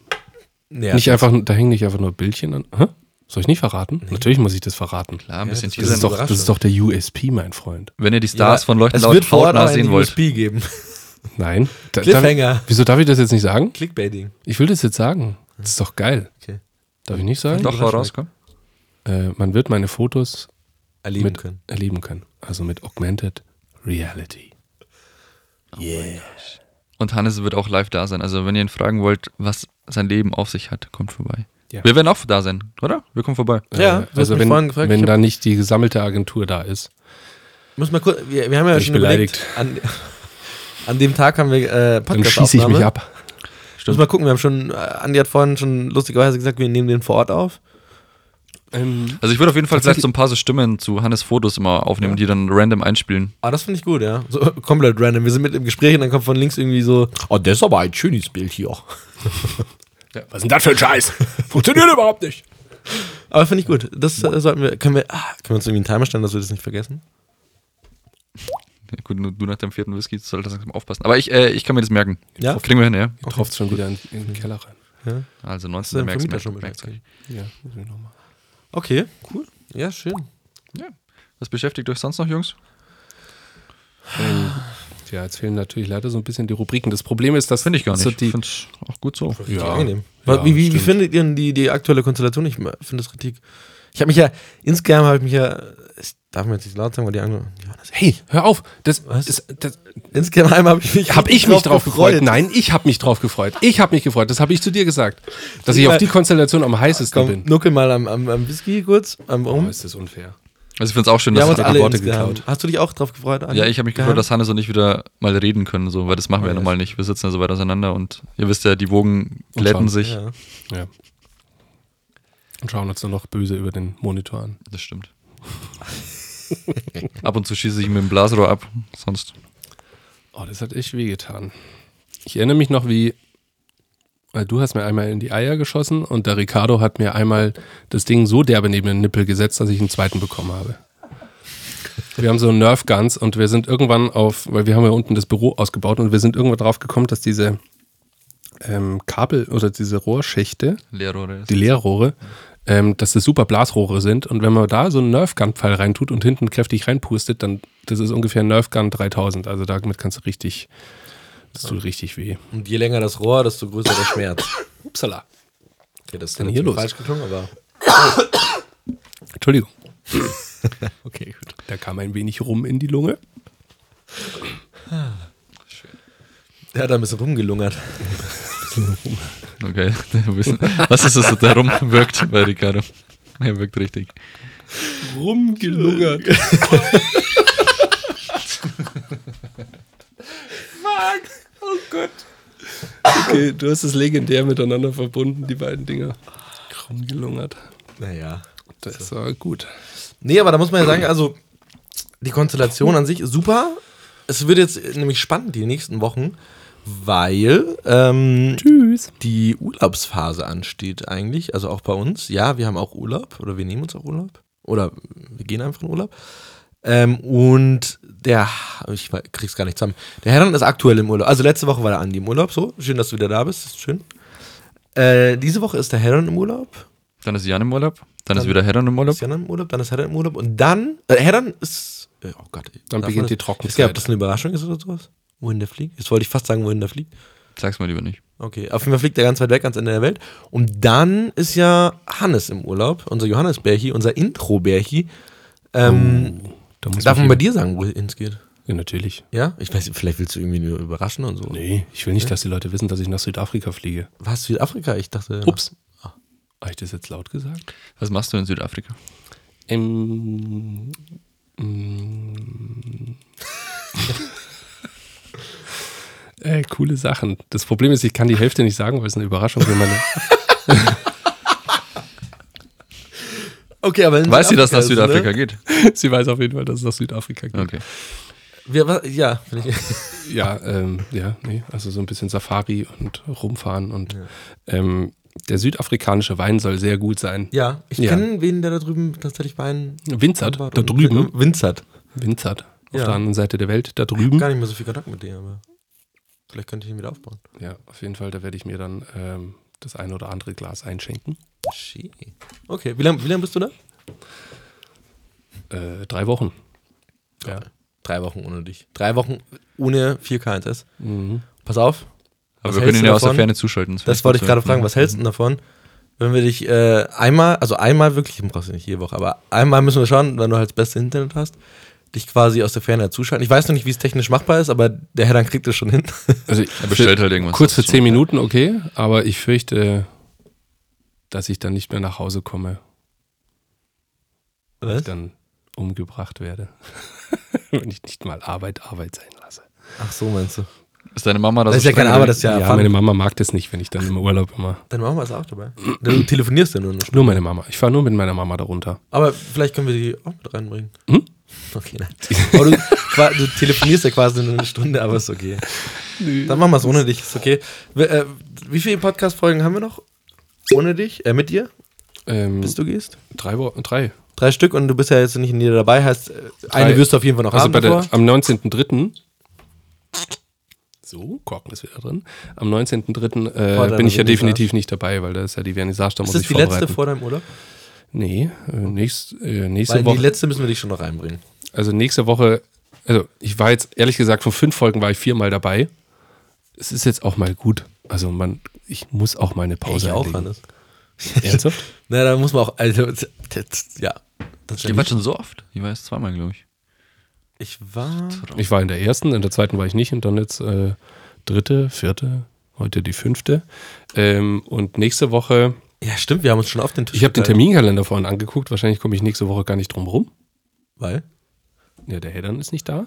S3: Ja,
S2: nicht einfach, da hängen nicht einfach nur Bildchen an. Hä? Soll ich nicht verraten? Natürlich muss ich das verraten.
S4: Klar, ein
S3: Ja,
S4: bisschen
S3: das
S2: Das
S4: Teaser.
S2: ist, doch, das
S3: Überraschung.
S2: ist doch der USP, mein Freund.
S4: Wenn ihr die Stars von Leuchten
S3: es
S4: laut
S3: wird vor Ort
S4: hautnah
S3: auch
S4: sehen
S3: einen
S4: wollt.
S3: USB geben. [LAUGHS]
S2: Nein. Da,
S3: Cliffhanger.
S2: Darf, wieso darf ich das jetzt nicht sagen?
S3: Clickbaiting.
S2: Ich will das jetzt sagen. Das ist doch geil.
S3: Okay.
S2: Darf ich nicht sagen?
S4: Doch, hau raus, komm.
S2: Äh, man wird meine Fotos
S3: Erleben
S2: mit
S3: können.
S2: erleben können. Also mit Augmented Reality.
S4: Und Hannes wird auch live da sein. Also, wenn ihr ihn fragen wollt, was sein Leben auf sich hat, kommt vorbei.
S2: Ja.
S4: Wir werden auch da sein, oder? Wir kommen vorbei.
S3: Ja,
S2: äh,
S3: du hast
S2: also
S3: mich
S2: wenn,
S3: vorhin gefragt, ich
S2: wenn
S3: hab-
S2: da nicht die gesammelte Agentur da ist.
S3: Muss mal kurz, wir, wir haben ja
S2: Bin ich
S3: schon überlegt, an, [LAUGHS] an dem Tag haben wir äh,
S2: Dann
S3: podcast
S2: schieße ich mich ab.
S3: Muss mal gucken, wir haben schon, äh, Andi hat vorhin schon lustigerweise gesagt, wir nehmen den vor Ort auf.
S4: Also, ich würde auf jeden Fall vielleicht
S2: Tatsächlich-
S4: so ein paar so Stimmen zu Hannes Fotos immer aufnehmen, die dann random einspielen.
S3: Ah, das finde ich gut, ja. So, [LAUGHS] komplett random. Wir sind mit im Gespräch und dann kommt von links irgendwie so, oh, das ist aber ein schönes Bild hier.
S2: Was ist denn das für ein Scheiß? Funktioniert überhaupt nicht.
S3: Aber finde ich gut. Das äh, sollten wir, können wir, ah, können wir uns irgendwie einen Timer stellen, dass wir das nicht vergessen?
S4: Ja, gut, nur du nach deinem vierten Whisky solltest langsam aufpassen. Aber ich, äh, ich kann mir das merken.
S3: Ja?
S4: Kriegen wir hin, ja.
S2: Okay. Tropft schon wieder in, in den Keller rein.
S4: Also,
S3: Ist dein
S4: 19. März.
S3: Vermieter
S4: merkt's-
S3: schon Bescheid?
S4: merkt's euch.
S2: Ja, muss ich noch mal.
S3: Okay, cool. Ja, schön.
S4: Ja. Was beschäftigt euch sonst noch, Jungs?
S2: Ähm, tja, jetzt fehlen natürlich leider so ein bisschen die Rubriken. Das Problem ist, dass.
S4: Finde ich gar
S3: Also
S4: nicht.
S2: So die,
S4: ich finde es auch gut so.
S2: ja,
S3: Angenehm.
S2: Ja,
S3: wie, wie, wie
S2: stimmt.
S3: findet ihr denn die, die aktuelle Konstellation? Ich finde das richtig. Ich habe mich ja, insgeheim habe ich mich ja, ich darf mir jetzt nicht laut sagen, weil die Anglo. Ja, das-
S2: Hey, hör auf. Das,
S3: Was?
S2: Ist, das
S3: Insgeheim habe ich mich,
S2: habe ich mich drauf gefreut. Nein, ich habe mich drauf gefreut. Ich habe mich gefreut. Das habe ich zu dir gesagt. Dass ich auf die Konstellation am heißesten
S3: Komm,
S2: bin.
S3: nuckel mal am, am, am Whisky kurz. Am
S2: Oh,
S3: Rum.
S2: ist das unfair.
S4: Also, ich finde es auch schön,
S3: Wir haben uns
S4: Hannes-
S3: alle
S2: Worte
S3: insgeheim.
S2: geklaut.
S3: Hast du dich auch drauf gefreut? Andi?
S4: Ja, ich habe mich gefreut,
S3: Geheim?
S4: dass Hannes und ich wieder mal reden können, so, weil das machen wir ja
S3: Oh, ja.
S4: normal nicht. Wir sitzen ja so weit auseinander und ihr wisst ja, die Wogen
S2: Und
S4: glätten
S2: schauen.
S4: sich.
S3: Ja.
S2: Ja. Und schauen uns dann noch böse über den Monitor an.
S4: Das stimmt. Ab und zu schieße ich mit dem Blasrohr ab, sonst.
S2: Oh, das hat echt wehgetan. Ich erinnere mich noch, wie äh, du hast mir einmal in die Eier geschossen und der Ricardo hat mir einmal das Ding so derbe neben den Nippel gesetzt, dass ich einen zweiten bekommen habe. Wir haben so Nerf Guns und wir sind irgendwann auf, weil wir haben ja unten das Büro ausgebaut und wir sind irgendwann drauf gekommen, dass diese ähm, Kabel oder diese Rohrschächte,
S4: Leerrohre.
S2: die Leerrohre, ähm, dass das super Blasrohre sind. Und wenn man da so einen Nerfgun-Pfeil reintut und hinten kräftig reinpustet, dann das ist ungefähr Nerfgun 3000. Also damit kannst du richtig, das tut richtig weh.
S3: Und je länger das Rohr, desto größer der Schmerz.
S2: Upsala.
S3: Okay, das ist
S2: denn hier los?
S3: falsch geklungen, aber.
S2: Entschuldigung,
S3: Okay, gut.
S2: da kam ein wenig rum in die Lunge.
S3: Der hat da ein bisschen rumgelungert.
S4: Okay, [LAUGHS] wir wissen- was ist das, der rumwirkt bei Ricardo? Er wirkt richtig.
S2: [LAUGHS] Rumgelungert. Max, oh Gott. Okay, du hast es legendär miteinander verbunden, die beiden Dinger. Rumgelungert.
S3: Naja.
S2: Das war gut.
S3: Nee, aber da muss man ja sagen, also die Konstellation an sich super. Es wird jetzt nämlich spannend die nächsten Wochen, weil ähm,
S2: Tschüss.
S3: die Urlaubsphase ansteht eigentlich, also auch bei uns. Ja, wir haben auch Urlaub oder wir nehmen uns auch Urlaub oder wir gehen einfach in Urlaub. Ähm, und der, ich we- krieg's gar nicht zusammen. Der Herren ist aktuell im Urlaub. Also letzte Woche war der Andi im Urlaub, so. Schön, dass du wieder da bist, ist schön. Äh, diese Woche ist der Herren im Urlaub.
S4: Dann ist Jan im Urlaub, dann, ist
S3: Dann-
S4: wieder Heron im Urlaub.
S3: Ist Jana im Urlaub, dann ist Herren im Urlaub und dann, äh, Herren ist, äh, oh Gott.
S2: Dann
S3: darf
S2: beginnt die
S3: man das- Ich weiß
S2: Trockenzeit.
S3: gar nicht, ob das eine Überraschung ist oder sowas. Wohin der fliegt? Jetzt wollte ich fast sagen, wohin der fliegt.
S4: Sag's mal lieber nicht.
S3: Okay, auf jeden Fall fliegt er ganz weit weg, ans Ende der Welt. Und dann ist ja Hannes im Urlaub, unser Johannes Berchi, unser Intro Berchi. Ähm,
S2: Oh, Da muss
S3: darf
S2: man
S3: man bei dir sagen, wohin es geht?
S2: Ja, natürlich.
S3: Ja? Ich weiß, vielleicht willst du irgendwie nur überraschen und so.
S2: Nee, ich will nicht, dass die Leute wissen, dass ich nach Südafrika fliege.
S3: Was, Südafrika? Ich dachte.
S2: Ups. Habe ich das jetzt laut gesagt?
S4: Was machst du in Südafrika?
S2: Ähm, [LAUGHS] äh, coole Sachen. Das Problem ist, ich kann die Hälfte nicht sagen, weil es eine Überraschung für meine. [LAUGHS]
S3: Okay, aber in
S4: Weißt du, dass nach
S3: Südafrika also, ne? ist,
S4: Südafrika geht?
S2: Sie weiß auf jeden Fall, dass es nach Südafrika geht.
S4: Okay.
S3: Ne? Wir, wa- ja, finde ich.
S2: Ja, ähm, ja, nee, also so ein bisschen Safari und rumfahren und ähm, der südafrikanische Wein soll sehr gut sein.
S3: [LAUGHS] Ja, ich
S2: Ja.
S3: kenne wen, der da drüben tatsächlich Wein.
S2: Winzert, da
S3: anbaut und-
S2: drüben,
S3: Winzert.
S2: Winzert, auf
S3: Ja.
S2: der anderen Seite der Welt, da
S3: Ich hab
S2: drüben.
S3: gar nicht mehr so viel Kontakt mit dem, aber vielleicht könnte ich ihn wieder aufbauen.
S2: Ja, auf jeden Fall, da werde ich mir dann ähm, das ein oder andere Glas einschenken.
S3: Okay, wie lange wie lang bist du da?
S2: Äh, drei Wochen. Ja.
S3: Drei Wochen ohne dich. Drei Wochen ohne 4K1S.
S2: Mhm.
S3: Pass auf,
S4: Aber
S3: Was
S4: wir
S3: hältst
S4: können ihn
S3: du
S4: ja aus der Mhm.
S3: davon?
S4: Ferne zuschalten.
S3: das wollte ich gerade fragen. Was hältst du
S4: du?
S3: denn davon, wenn wir dich äh, einmal, also einmal wirklich, brauchst du nicht jede Woche, aber einmal müssen wir schauen, wenn du halt das beste Internet hast, dich quasi aus der Ferne zuschalten. Ich weiß noch nicht, wie es technisch machbar ist, aber der Herr dann kriegt es schon hin. [LAUGHS]
S2: Also
S4: Er bestellt halt irgendwas.
S2: kurz für
S4: Das ist
S2: zehn Minuten, okay, aber ich fürchte, dass ich dann nicht mehr nach Hause komme,
S3: Was?
S2: dann umgebracht werde. [LAUGHS] Wenn ich nicht mal Arbeit Arbeit sein lasse.
S3: Ach so, meinst du.
S4: schon- Ist deine Mama da
S3: Das ist
S4: so
S3: ja keine
S4: streng?
S3: Arbeit, das ist ja,
S2: Ja,
S3: Fun.
S2: meine Mama mag das nicht, wenn ich dann im Urlaub immer.
S3: Deine Mama ist auch dabei. Du telefonierst ja nur noch.
S2: Nur meine Mama. Ich fahre nur mit meiner Mama darunter.
S3: Aber vielleicht können wir die auch mit reinbringen.
S2: Hm?
S3: Okay, nein. Aber du, qua- du telefonierst ja quasi nur eine Stunde, aber ist okay. Dann machen wir es ohne dich, ist okay. Wie, äh, wie viele Podcast-Folgen haben wir noch? Ohne dich? Äh, mit dir,
S2: Ähm,
S3: bis du gehst?
S2: drei Wo drei.
S3: Drei Stück und du bist ja jetzt nicht in jeder dabei, heißt, äh, eine
S2: Drei.
S3: wirst du auf jeden Fall noch
S2: Also
S3: haben.
S2: bei der,
S3: davor.
S2: am 19.3. So, Korken ist wieder drin. Am 19.3.
S3: deiner
S2: Äh, bin ich ja
S3: Vernissage.
S2: definitiv nicht dabei, weil da ist ja die Vernissage, da
S3: ist
S2: muss
S3: das
S2: ich
S3: die
S2: vorbereiten.
S3: letzte vor deinem Urlaub?
S2: nee, äh, nächst, äh,
S3: Weil
S2: nächste
S3: die
S2: Woche.
S3: letzte müssen wir dich schon noch reinbringen.
S2: also nächste Woche, also ich war jetzt ehrlich gesagt, von fünf Folgen war ich viermal dabei. Es ist jetzt auch mal gut. Also man, ich muss auch meine Pause
S3: ich auch,
S2: einlegen.
S3: Hannes.
S2: Ernsthaft?
S3: Na, da muss man auch, also, das, ja. Das
S4: Die war schon so oft. Die war jetzt zweimal, glaube ich.
S3: ich war...
S2: Ich war in der ersten, in der zweiten war ich nicht und dann jetzt äh, dritte, vierte, heute die fünfte. Ähm, und nächste Woche,
S3: Ja, stimmt, wir haben uns schon auf den Tisch
S2: ich habe den
S3: geteilt.
S2: Terminkalender vorhin angeguckt, wahrscheinlich komme ich nächste Woche gar nicht drum rum.
S3: Weil?
S2: Ja, der Heddern ist nicht da.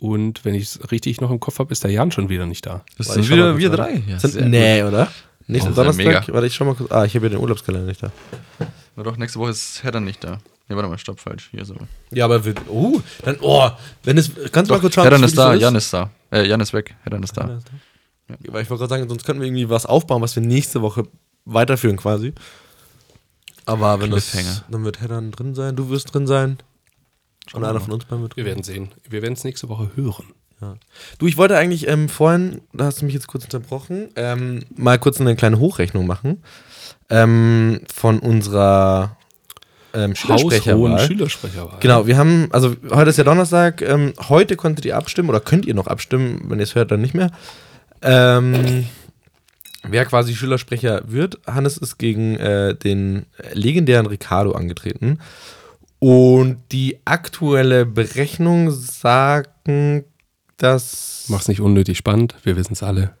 S2: Und wenn ich es richtig noch im Kopf habe, ist der Jan schon wieder nicht da.
S4: Das
S3: Warte, ich
S4: sind
S3: schau mal
S4: wieder
S3: kurz
S4: wir drei.
S3: rein.
S4: Ja,
S3: sind,
S4: sehr
S3: nee, oder? Nächsten
S4: Oh, das ist ja
S3: Donnerstag?
S4: mega.
S3: Warte, ich schau mal kurz. Ah, ich habe ja den Urlaubskalender nicht da.
S4: gut. War doch, nächste Woche ist Herr dann nicht da. Nee, warte mal, stopp, falsch. Hier so.
S3: Ja, aber wir. Oh, dann. Oh, wenn es. Kannst du mal kurz schauen?
S4: Herr dann ist
S3: wie das
S4: da,
S3: so
S4: Jan ist da. Äh, Jan ist weg. Herr dann ist da.
S3: Ja, Weil ich wollte gerade sagen, sonst könnten wir irgendwie was aufbauen, was wir nächste Woche weiterführen quasi. Aber wenn das.
S4: Cliffhanger.
S3: Dann wird Heddern drin sein, du wirst drin sein. Und
S4: wir
S3: einer
S4: mal.
S3: von uns beiden wird
S2: Wir
S3: drin.
S2: werden sehen. Wir werden es nächste Woche hören.
S3: Ja. Du, ich wollte eigentlich ähm, vorhin, da hast du mich jetzt kurz unterbrochen, ähm, mal kurz eine kleine Hochrechnung machen ähm, von unserer ähm,
S2: Haushohen
S3: Schülersprecherwahl.
S2: Schülersprecherwahl.
S3: Genau, wir haben, also heute ist ja Donnerstag, ähm, heute konntet ihr abstimmen oder könnt ihr noch abstimmen, wenn ihr es hört, dann nicht mehr. Ähm, wer quasi Schülersprecher wird, Hannes ist gegen äh, den legendären Ricardo angetreten. Und die aktuelle Berechnung sagen, dass
S2: Mach's nicht unnötig spannend, wir wissen es alle.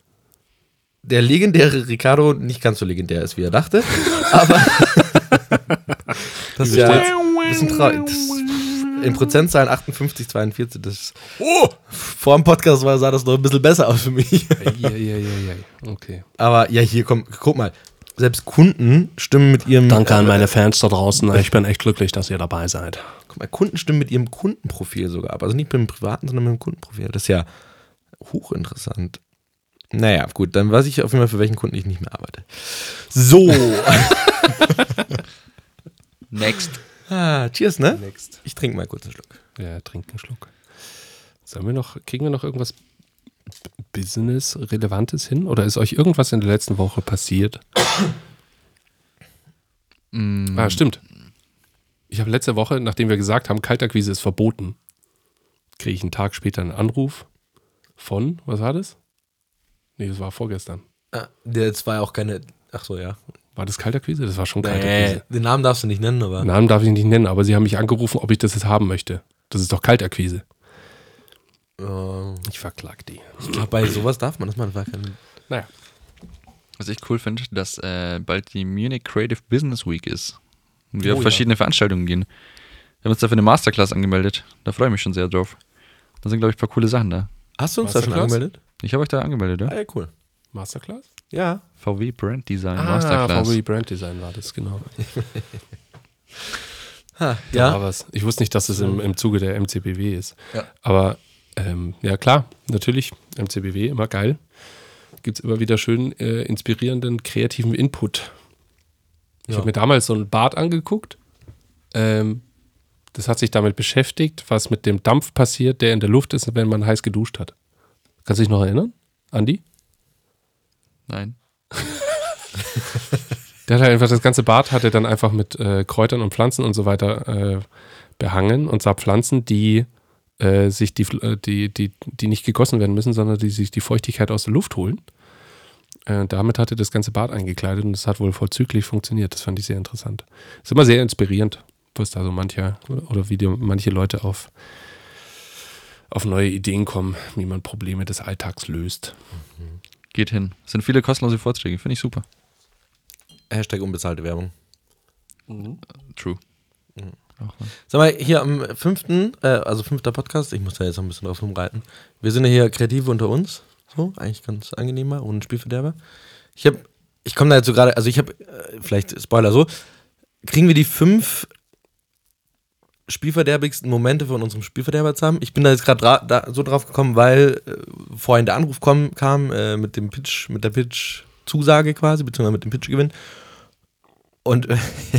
S3: der legendäre Ricardo nicht ganz so legendär ist, wie er [LAUGHS] dachte. Aber das ist ja jetzt ein bisschen traurig. Das- In Prozentzahlen 58, 42. Das Vor dem Podcast war, sah das noch ein bisschen besser aus für mich.
S2: Okay.
S3: Aber ja, hier, komm, guck mal. Selbst Kunden stimmen mit ihrem.
S2: Danke an
S3: äh,
S2: meine Fans da draußen. Ich bin echt glücklich, dass ihr dabei seid.
S3: Guck mal, Kunden stimmen mit ihrem Kundenprofil sogar ab. Also nicht mit dem privaten, sondern mit dem Kundenprofil. Das ist ja hochinteressant. Naja, gut, dann weiß ich auf jeden Fall, für welchen Kunden ich nicht mehr arbeite. So. [LAUGHS]
S4: Next.
S3: Ah, cheers, ne? Ich trinke mal kurz einen Schluck.
S2: Ja, trinkt einen Schluck. Sollen wir noch, kriegen wir noch irgendwas Business-Relevantes hin? Oder ist euch irgendwas in der letzten Woche passiert?
S4: Mm,
S2: Ah, stimmt. Ich habe letzte Woche, nachdem wir gesagt haben, Kaltakquise ist verboten, kriege ich einen Tag später einen Anruf von, was war das? Nee, das war vorgestern.
S3: Ah, der- das war ja auch keine. Ach so, ja.
S2: War das Kaltakquise? Das war schon Kaltakquise.
S3: Nee, den Namen darfst du nicht nennen, aber.
S2: Namen darf ich nicht nennen, aber sie haben mich angerufen, ob ich das jetzt haben möchte. Das ist doch Kaltakquise.
S3: Ähm,
S2: Ich verklag die.
S3: ich glaub, bei sowas darf man das man gar kein.
S2: Naja.
S4: Was ich cool finde, dass äh, bald die Munich Creative Business Week ist. Und wir
S2: Oh
S4: auf
S2: ja.
S4: verschiedene Veranstaltungen gehen. Wir haben uns dafür eine Masterclass angemeldet. Da freue ich mich schon sehr drauf. Da sind, glaube ich, ein paar coole Sachen da.
S3: Hast du uns da schon
S2: Masterclass?
S3: angemeldet?
S4: Ich habe euch da angemeldet,
S3: Ah
S4: ja?
S3: ja, cool.
S2: Masterclass?
S3: Ja.
S4: VW Brand Design
S3: Ah,
S4: Masterclass.
S2: VW Ah, Brand Design war das, genau.
S3: Ha,
S2: Da
S3: ja.
S2: war was. Ich wusste nicht, dass es im, im Zuge der MCBW ist.
S4: Ja.
S2: Aber ähm, ja, klar, natürlich, MCBW, immer geil. Gibt es immer wieder schön äh, inspirierenden, kreativen Input. Ich
S3: Ja.
S2: habe mir damals so ein Bad angeguckt. Ähm, das hat sich damit beschäftigt, was mit dem Dampf passiert, der in der Luft ist, wenn man heiß geduscht hat. Kannst du dich noch erinnern, Andi?
S4: Nein.
S2: Der hat halt einfach das ganze Bad hat er dann einfach mit äh, Kräutern und Pflanzen und so weiter äh, behangen und sah Pflanzen, die äh, sich die, Fl- äh, die, die, die nicht gegossen werden müssen, sondern die sich die Feuchtigkeit aus der Luft holen. Äh, damit hat er das ganze Bad eingekleidet und das hat wohl vollzüglich funktioniert. Das fand ich sehr interessant. Ist immer sehr inspirierend, was da so mancher oder wie die, manche Leute auf, auf neue Ideen kommen, wie man Probleme des Alltags löst.
S4: Geht hin. Es sind viele kostenlose Vorträge. Finde ich super.
S3: Hashtag unbezahlte Werbung. Mhm.
S4: True. Auch, ne?
S3: Sag mal, hier am fünften, äh, also fünfter Podcast, ich muss da jetzt noch ein bisschen drauf rumreiten. Wir sind ja hier Kreative unter uns, so, eigentlich ganz angenehmer und Spielverderber. Ich habe, ich komme da jetzt so gerade, also ich habe, äh, vielleicht Spoiler so, kriegen wir die fünf spielverderbigsten Momente von unserem Spielverderber zusammen. Ich bin da jetzt gerade dra- da, so drauf gekommen, weil äh, vorhin der Anruf komm, kam äh, mit dem Pitch, mit der Pitch-Zusage quasi, beziehungsweise mit dem Pitch-Gewinn. Und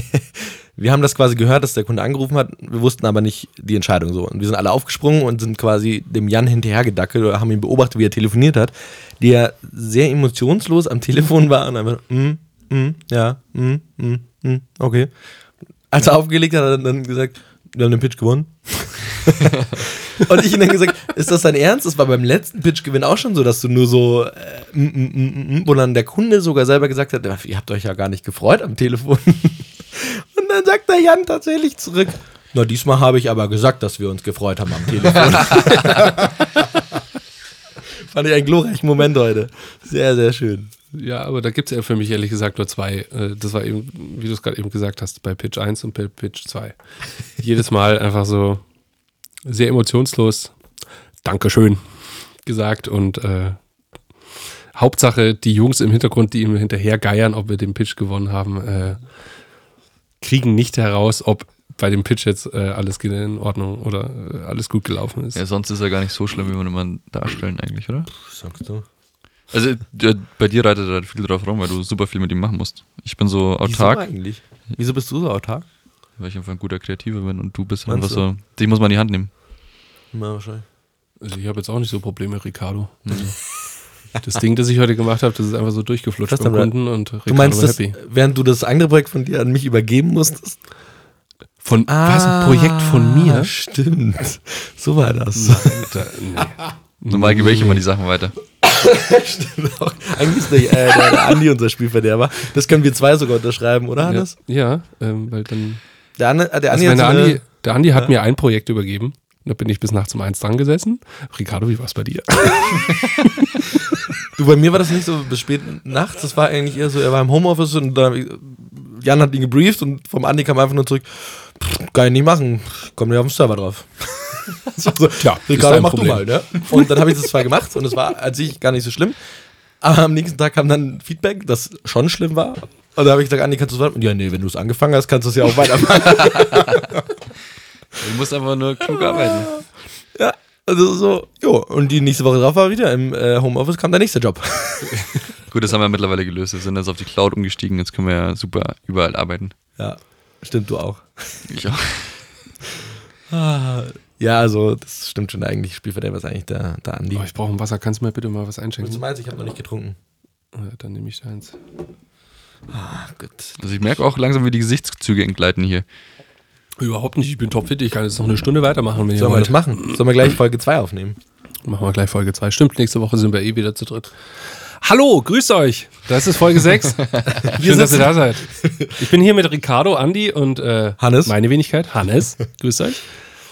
S3: [LAUGHS] wir haben das quasi gehört, dass der Kunde angerufen hat. Wir wussten aber nicht die Entscheidung so. Und wir sind alle aufgesprungen und sind quasi dem Jan hinterhergedackelt oder haben ihn beobachtet, wie er telefoniert hat, der sehr emotionslos am Telefon war und einfach, mm, mm, ja, mm, mm, mm, okay. Als er aufgelegt hat, hat er dann gesagt, wir haben den Pitch gewonnen. [LAUGHS] und ich ihm dann gesagt, ist das dein Ernst? Das war beim letzten Pitch-Gewinn auch schon so, dass du nur so, äh, mm, mm, mm, mm, mm, wo dann der Kunde sogar selber gesagt hat, ihr habt euch ja gar nicht gefreut am Telefon. [LAUGHS] Und dann sagt der Jan tatsächlich zurück. Na, diesmal habe ich aber gesagt, dass wir uns gefreut haben am Telefon. [LAUGHS] Fand ich einen glorreichen Moment heute. Sehr, sehr schön.
S2: Ja, aber da gibt es ja für mich ehrlich gesagt nur zwei. Äh, Das war eben, wie du es gerade eben gesagt hast, bei Pitch 1 und bei Pitch 2. Jedes Mal einfach so sehr emotionslos Dankeschön gesagt und äh, Hauptsache die Jungs im Hintergrund, die ihm hinterher geiern, ob wir den Pitch gewonnen haben, äh, kriegen nicht heraus, ob bei dem Pitch jetzt äh, alles in Ordnung oder äh, alles gut gelaufen ist.
S4: Ja, sonst ist er gar nicht so schlimm, wie man immer darstellen eigentlich, oder?
S3: Was sagst du?
S4: Also äh, bei dir reitet er viel drauf rum, weil du super viel mit ihm machen musst. Ich bin so
S3: Wieso
S4: autark,
S3: eigentlich? Wieso bist du so autark?
S4: weil ich einfach ein guter Kreativer bin und du bist halt
S3: Meinst
S4: einfach so, dich muss man in die Hand nehmen.
S3: Na, wahrscheinlich.
S2: Also ich habe jetzt auch nicht so Probleme, Ricardo. Also Das Ding, das ich heute gemacht habe, das ist einfach so durchgeflutscht
S3: Das
S2: beim
S3: aber-
S2: Kunden und Ricardo
S3: Du meinst,
S2: war
S3: das, während du das andere Projekt von dir an mich übergeben musstest?
S2: Von
S3: Ah.
S2: was? Ein Projekt von
S3: [LAUGHS]
S2: mir?
S3: Stimmt. So war das.
S2: Da, nee.
S4: Normal gebe ich immer die Sachen weiter.
S3: Stimmt auch. Eigentlich ist der, äh, der, der Andi unser Spielverderber. Das können wir zwei sogar unterschreiben, oder,
S2: ja,
S3: Hannes?
S2: ja ähm, weil dann.
S3: Der, Anne, äh, der
S2: Also
S3: Andi
S2: wenn der,
S3: hat so eine-
S2: Andi, der Andi hat mir ein Projekt übergeben. Da bin ich bis nachts um eins dran gesessen. Ricardo, wie war's bei
S3: [COUGHS]
S2: dir?
S3: Du, bei mir war das nicht so bis spät nachts, das war eigentlich eher so, er war im Homeoffice und da, Jan hat ihn gebrieft und vom Andi kam einfach nur zurück, "Pff, kann ich nicht machen, komm nicht auf den Server drauf. [LAUGHS] so, so,
S2: Tja, ist
S3: Ricardo,
S2: dein
S3: mach
S2: Problem.
S3: du mal, ne? Und dann habe ich das zwar gemacht und es war an sich gar nicht so schlimm, aber am nächsten Tag kam dann Feedback, das schon schlimm war. Und da habe ich gesagt, Andi, kannst du es weitermachen? Ja, nee, wenn du es angefangen hast, kannst du es ja auch weitermachen.
S4: Du musst einfach nur klug arbeiten.
S3: ja, also so, jo. Und die nächste Woche drauf war wieder im äh, Homeoffice, kam der nächste Job. [LAUGHS]
S4: Gut, das haben wir mittlerweile gelöst. Wir sind jetzt auf die Cloud umgestiegen. Jetzt können wir ja super überall arbeiten.
S3: ja, stimmt, du auch.
S4: Ich auch.
S3: Ja, also das stimmt schon eigentlich. Spielverderber ist eigentlich der, der Andi.
S2: Oh, ich brauche ein Wasser. Kannst du mir bitte mal was
S3: Willst du
S2: einschenken?
S3: meins? Ich habe noch nicht getrunken.
S2: Ja, dann nehme ich eins.
S3: Ach gut.
S4: Also ich merke auch langsam, wie die Gesichtszüge entgleiten hier.
S2: Überhaupt nicht. Ich bin topfit. Ich kann jetzt noch eine Stunde weitermachen, wenn ihr
S3: Sollen wir
S2: wollt.
S3: das machen? Sollen wir [CLEARS THROAT] gleich Folge 2 aufnehmen?
S2: Machen wir gleich Folge 2. Stimmt, nächste Woche sind wir eh wieder zu dritt. Hallo, grüßt euch. Das ist Folge [LAUGHS] 6. Schön, dass ihr da seid. Ich bin hier mit Ricardo, Andi und äh, [LAUGHS]
S3: Hannes.
S2: meine Wenigkeit, Hannes. Grüßt euch.